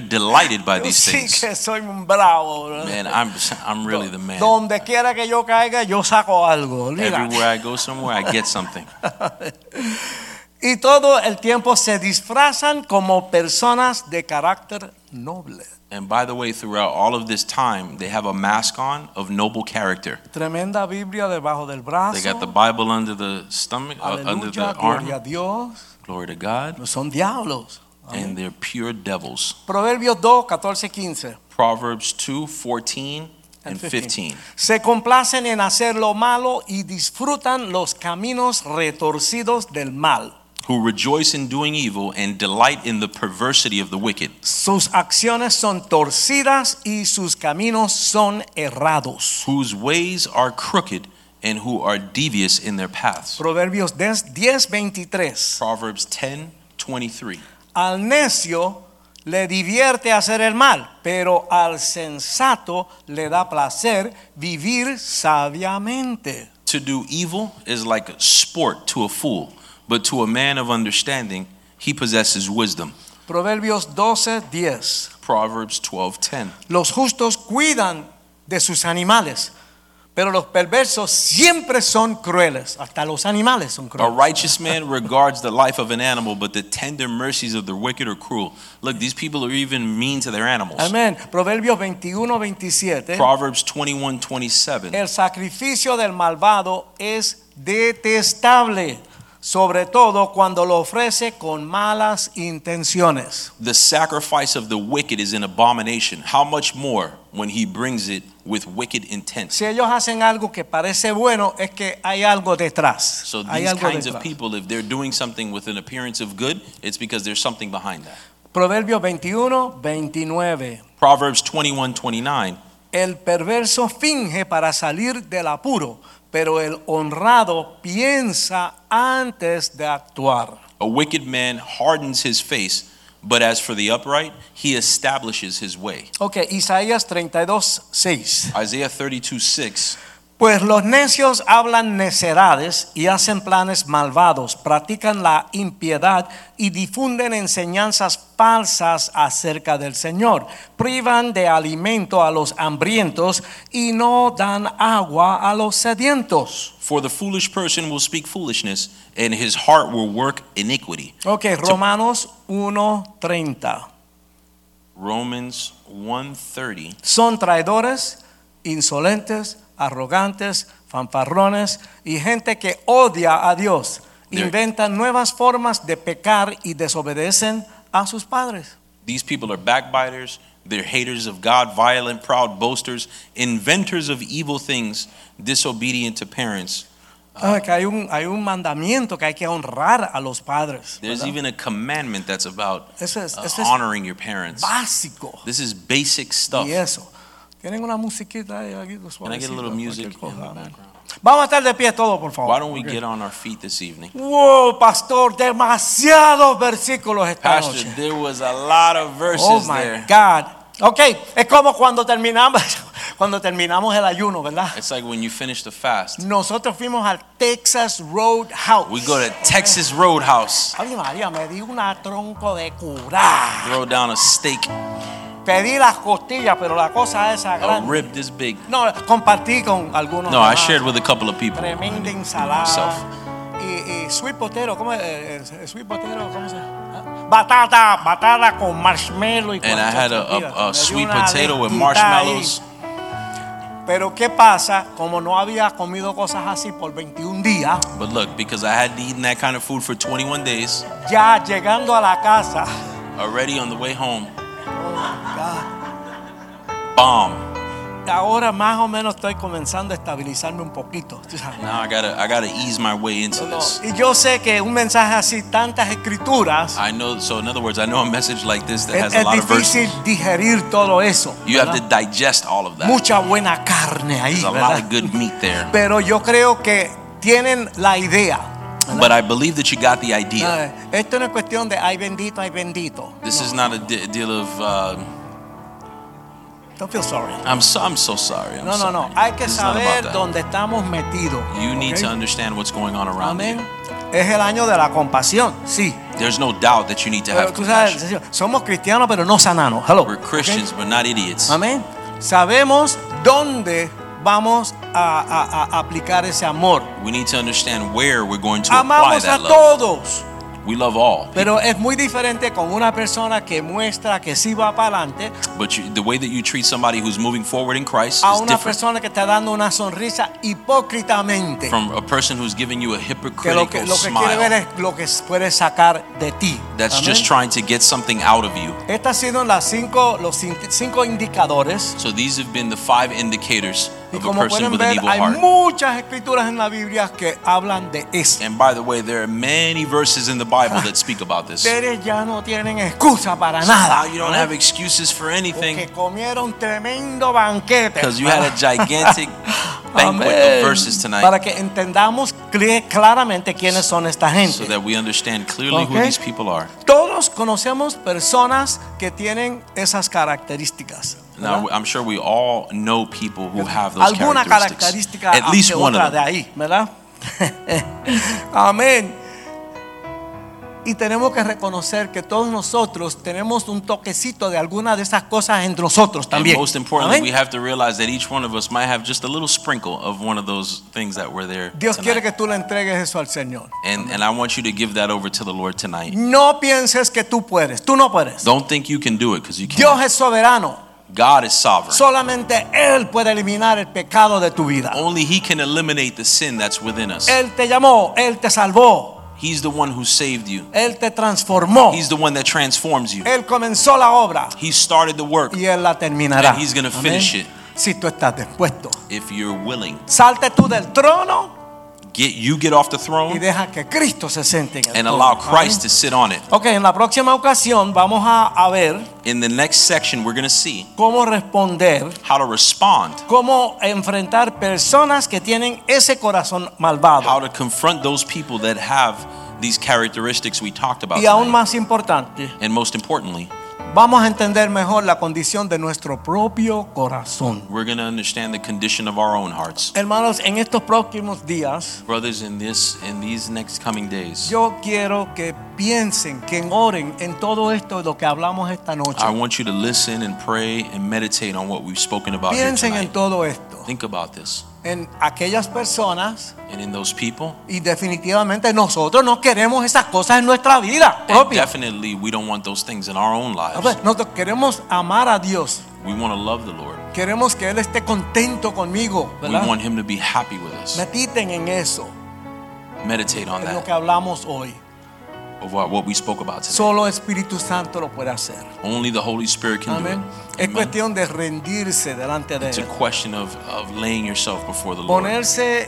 delighted by
Yo
these
sí
things.
que soy un bravo. bro.
Man, I'm I'm really the man.
Donde quiera que yo caiga, yo saco algo. olvídate.
Everywhere I go somewhere, I get something.
Y todo el tiempo se disfrazan como personas de carácter noble.
And by the way, throughout all of this time, they have a mask on of noble character.
Tremenda Biblia debajo del brazo.
They got the Bible under the stomach, uh, under
Aleluya, gloria
the
a
arm.
Dios.
Glory to God.
No son diablos.
And they're pure devils.
Proverbios 2, 14, 15.
Proverbs 2 14 and 15.
Se complacen en hacer lo malo y disfrutan los caminos retorcidos del mal.
Who rejoice in doing evil and delight in the perversity of the wicked.
Sus acciones son torcidas y sus caminos son errados.
Whose ways are crooked and who are devious in their paths.
Proverbios 10, 10, 23.
Proverbs 10 23.
Al necio le divierte hacer el mal, pero al sensato le da placer vivir sabiamente.
To do evil is like sport to a fool, but to a man of understanding, he possesses wisdom.
Proverbios 12, 10.
Proverbs 12:10.
Los justos cuidan de sus animales, pero los perversos siempre son crueles. Hasta los animales son
A
crueles.
righteous man regards the life of an animal, but the tender mercies of the wicked are cruel. Look, these people are even mean to their animals.
Amén. Proverbios 21, 27.
Proverbs 21:27.
El sacrificio del malvado es detestable, sobre todo cuando lo ofrece con malas intenciones.
The sacrifice of the wicked is an abomination. How much more when he brings it with wicked intent?
Si ellos hacen algo que parece bueno, es que hay algo detrás.
So
hay
these
algo
kinds of
detrás.
people, if they're doing something with an appearance of good, it's because there's something behind that.
Proverbios 21, 29.
Proverbs 21, 29.
El perverso finge para salir del apuro, pero el honrado piensa antes de actuar.
A wicked man hardens his face, but as for the upright, he establishes his way.
Ok, Isaías 32, 6.
Isaiah 32, 6.
Pues los necios hablan necedades y hacen planes malvados, practican la impiedad y difunden enseñanzas falsas acerca del Señor, privan de alimento a los hambrientos y no dan agua a los sedientos.
For the foolish person will speak foolishness, and his heart will work iniquity.
Ok, Romanos 1:30.
Romans 1:30.
Son traidores, insolentes, arrogantes, fanfarrones y gente que odia a Dios.
They're-
Inventan nuevas formas de pecar y desobedecen a sus padres.
These people are backbiters, they're haters of God, violent, proud boasters, inventors of evil things, disobedient to parents.
Ah, que hay, un, hay un mandamiento que hay que honrar a los padres.
There's
¿verdad?
even a commandment that's about
Eso es-
uh,
eso es-
honoring your parents.
Básico.
This is basic stuff.
Y eso. Tienen una musiquita ahí, aquí,
Can I get a
suavecita,
little
cualquier
music in the
cosa, amén.
background?
Vamos a estar de pie todos, por favor.
Why don't we get on our feet this evening?
Wow, pastor, demasiados versículos esta
Pastor,
noche.
there was a lot of
Oh
verses
my
there.
God. Ok, es como cuando terminamos, cuando terminamos el ayuno, ¿verdad?
It's like when you finish the fast.
Nosotros fuimos al Texas Roadhouse.
We go to Texas Roadhouse,
Ay, María, me di una tronco de curar.
throw down a steak,
Pedí las costillas, pero la cosa esa
a
grande.
rib this big.
No, compartí con algunos.
Oh, No, I
demás.
shared with a couple of people.
Tremenda ensalada. Y, y sweet potato, ¿cómo es? Eh, eh, Sweet potato, ¿cómo se llama? Batata, batata con marshmallow y con
And I had a,
costillas.
a,
Me
a
dio
sweet
una
potato with
lentita ahí.
marshmallows.
Pero ¿qué pasa? Como no había comido cosas así por 21 días,
But look, because I hadn't eaten that kind of food for 21 days,
ya llegando a la casa,
already on the way home,
ya,
bomb.
ahora más o menos estoy comenzando a estabilizarme un poquito. tú sabes.
Now I gotta I gotta ease my way into
No,
this.
Y yo sé que un mensaje así, tantas escrituras,
I know. So in other words, I know a message like this that
es,
Ah, has a
es
lot of verses.
difícil digerir todo eso.
You have
¿verdad?
to digest all of that.
Mucha buena carne ahí,
There's a
¿verdad?
lot of good meat there.
Pero yo creo que tienen la idea.
But I believe that you got the idea.
Eh, Esto no es cuestión de ay bendito, ay bendito.
This is not a de- deal of uh,
Don't feel sorry.
I'm so I'm so sorry. I'm
No, no,
sorry.
no. Hay que
This is not about
saber
that.
dónde estamos metidos.
You need
¿ok?
to understand what's going on around
Amén.
you.
Es el año de la compasión, sí.
There's no doubt that you need to
Pero
have
tú sabes,
compassion.
somos cristianos, pero no sananos. Hello.
We're
¿ok?
Christians, but not idiots.
Amén. Sabemos dónde vamos a, a- a aplicar ese amor.
We need to understand where we're going to apply
Amamos a
that love.
todos,
We love all,
pero es muy diferente con una persona que muestra que sí va para adelante
but you, the way that you treat somebody who's moving forward in Christ
a
is
una
different
persona que está dando una sonrisa hipócritamente.
from a person who's giving you a
Que
hypocritical
lo que, lo que quiere ver
smile
es lo que puede sacar de ti.
that's
Amén.
just trying to get something out of you.
Estas han sido las cinco, los cin- cinco indicadores.
So these have been the five indicators
Y
of a
como
person
pueden
with an
ver,
evil
hay
heart.
muchas escrituras en la Biblia que hablan de esto.
And by the way, there are many verses in the Bible that speak about this.
Ustedes ya no tienen excusa para
So
nada.
now you don't
¿no?
have excuses for
Porque
anything
comieron tremendo banquete.
because you had a gigantic banquet
Amén.
of verses tonight
Para que entendamos cl- claramente quiénes son esta gente.
so that we understand clearly who
Okay.
these people are.
Todos conocemos personas que tienen esas características.
Now,
¿verdad?
I'm sure we all know people who have those
Alguna
characteristics.
característica
At least
aunque
one
otra
of
de
them.
ahí, ¿verdad? Amén. Y tenemos que reconocer que todos nosotros tenemos un toquecito de alguna de esas cosas entre nosotros
And
también.
most importantly,
Amén.
we have to realize that each one of us might have just a little sprinkle of one of those things that were there.
Dios
tonight.
quiere que tú le entregues eso al Señor.
and, and I want you to give that over to the Lord tonight.
No pienses que tú puedes, tú no puedes.
Don't think you can do it because you
Dios
can't.
es soberano.
God is sovereign.
Solamente Él puede eliminar el pecado de tu vida.
Only He can eliminate the sin that's within us.
Él te llamó, Él te salvó.
He's the one who saved you.
Él te transformó.
He's the one that transforms you.
Él comenzó la obra
He started the work
y Él la terminará.
And he's gonna
Amén.
finish it.
Si tú estás dispuesto,
if you're willing.
salte tú del trono
Get you get off the
y
throne
deja que Cristo se siente en el
and
trono.
allow
Amén.
Christ to sit on it.
Ok, en la próxima ocasión vamos a, a ver
In the next section, we're going to see
cómo responder,
how to respond,
cómo enfrentar personas que tienen ese corazón malvado.
how to confront those people that have these characteristics we talked about.
y aún
tonight.
más importante,
And most importantly,
vamos a entender mejor la condición de nuestro propio corazón.
we're going to understand the condition of our own hearts.
Hermanos, en estos próximos días,
Brothers, in this in these next coming days,
yo quiero que piensen, que oren en todo esto de lo que hablamos esta noche.
I want you to listen and pray and meditate on what we've spoken about here
Piensen
tonight.
en todo esto,
Think about this.
en aquellas personas
And in those people,
y definitivamente nosotros no queremos esas cosas en nuestra vida
and
propia.
definitely we don't want those things in our own lives.
Entonces, Nosotros queremos amar a Dios,
We want to love the Lord.
queremos que Él esté contento conmigo,
We
¿verdad?
want him to be happy with us.
Mediten en eso,
Meditate on
en lo
that,
que hablamos hoy.
of what, what we spoke about today.
Solo Espíritu Santo lo puede hacer.
Only the Holy Spirit can
Amén.
do it.
Es
Amen.
cuestión de rendirse delante de
It's a
Él.
question of, of laying yourself before the Lord,
Ponerse eh,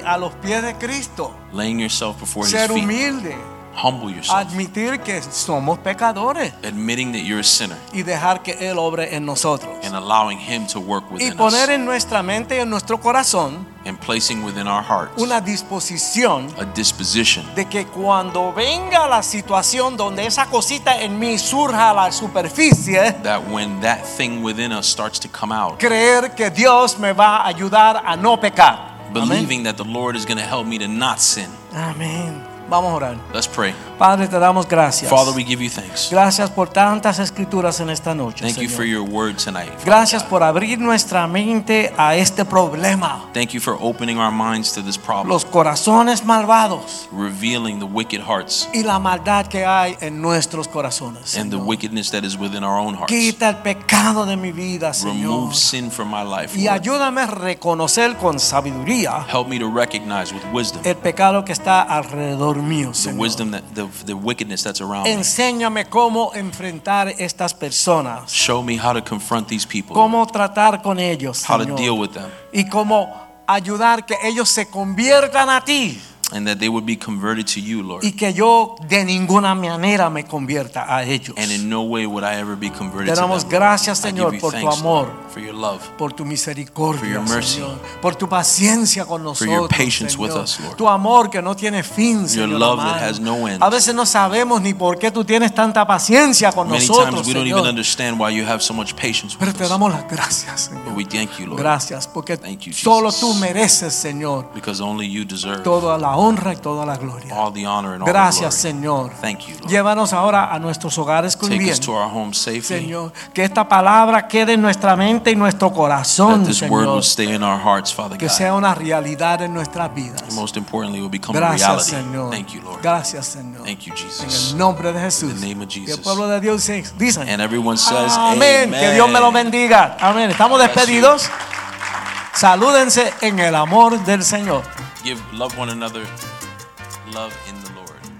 eh, a los pies de Cristo.
laying yourself before his
Ser
feet.
humilde.
Humble yourself,
Admitir que somos pecadores.
admitting that you're a sinner
Y dejar que Él obre en nosotros.
and allowing him to work
Y
within
poner
us
en nuestra mente y en nuestro corazón
and placing within our hearts
una disposición
a disposition
de que cuando venga la situación donde esa cosita en mí surja a la superficie,
that when that thing within us starts to come out,
creer que Dios me va a ayudar a no pecar. Amén.
believing that the Lord is going to help me to not sin.
Amén. Vamos a orar.
Let's pray.
Padre, te damos gracias.
Father, we give you thanks.
gracias por tantas escrituras en esta noche.
Thank you
Señor.
for your word tonight.
gracias por abrir nuestra mente a este problema.
Thank you for opening our minds to this problem,
Los corazones malvados
revealing the wicked hearts
y la maldad que hay en nuestros corazones.
and the
Señor.
wickedness that is within our own hearts.
Quita el pecado de mi vida, Señor.
Remove sin from my life.
Y
Lord.
ayúdame a reconocer con sabiduría
Help me to recognize with wisdom
el pecado que está alrededor mío,
the
Señor.
wisdom that the, the wickedness that's around me.
Enséñame cómo enfrentar estas personas,
Show me how to confront these people,
cómo tratar con ellos,
how to
Señor.
deal with them,
y cómo ayudar que ellos se conviertan a ti
and that they would be converted to you, Lord.
y que yo de ninguna manera me convierta a ellos.
And in no way would I ever be converted
Te
to them.
damos
Lord.
gracias,
I give
Señor,
you
por tu
thanks,
amor.
Lord, for your love.
Por tu misericordia,
your mercy.
Señor. Por tu paciencia con
For
nosotros.
your patience
Señor.
with us, Lord.
Tu amor que no tiene fin, Señor.
love that
amado.
has no end.
A veces no sabemos ni por qué tú tienes tanta paciencia con
Many
nosotros,
times we don't
Señor.
even understand why you have so much patience
Pero
with
te
us.
damos las gracias,
But
Señor.
we thank you, Lord,
Gracias, porque
Thank you,
solo
Jesus.
tú mereces, Señor,
because only you deserve
toda la honra y toda la gloria.
all the honor and all
Gracias,
the glory.
Señor.
Thank you, Lord.
Llévanos ahora a nuestros hogares con
Take
bien.
us to our home safely.
Señor, que esta palabra quede en nuestra mente y nuestro
That
corazón,
this word
Señor.
will stay in our hearts, Father
Que
God.
sea una realidad en nuestras vidas.
And most importantly, it will become
Gracias,
a reality.
Señor.
Thank you, Lord.
Gracias, Señor.
Thank you,
En
Jesus.
el nombre de Jesús.
In the name of
Y el
Jesus.
pueblo de Dios dice- dice.
And everyone says,
Amén. Que Dios me lo bendiga. Amén. Estamos
God bless you.
despedidos. Salúdense en el amor del Señor.
Give love one another love in the Lord.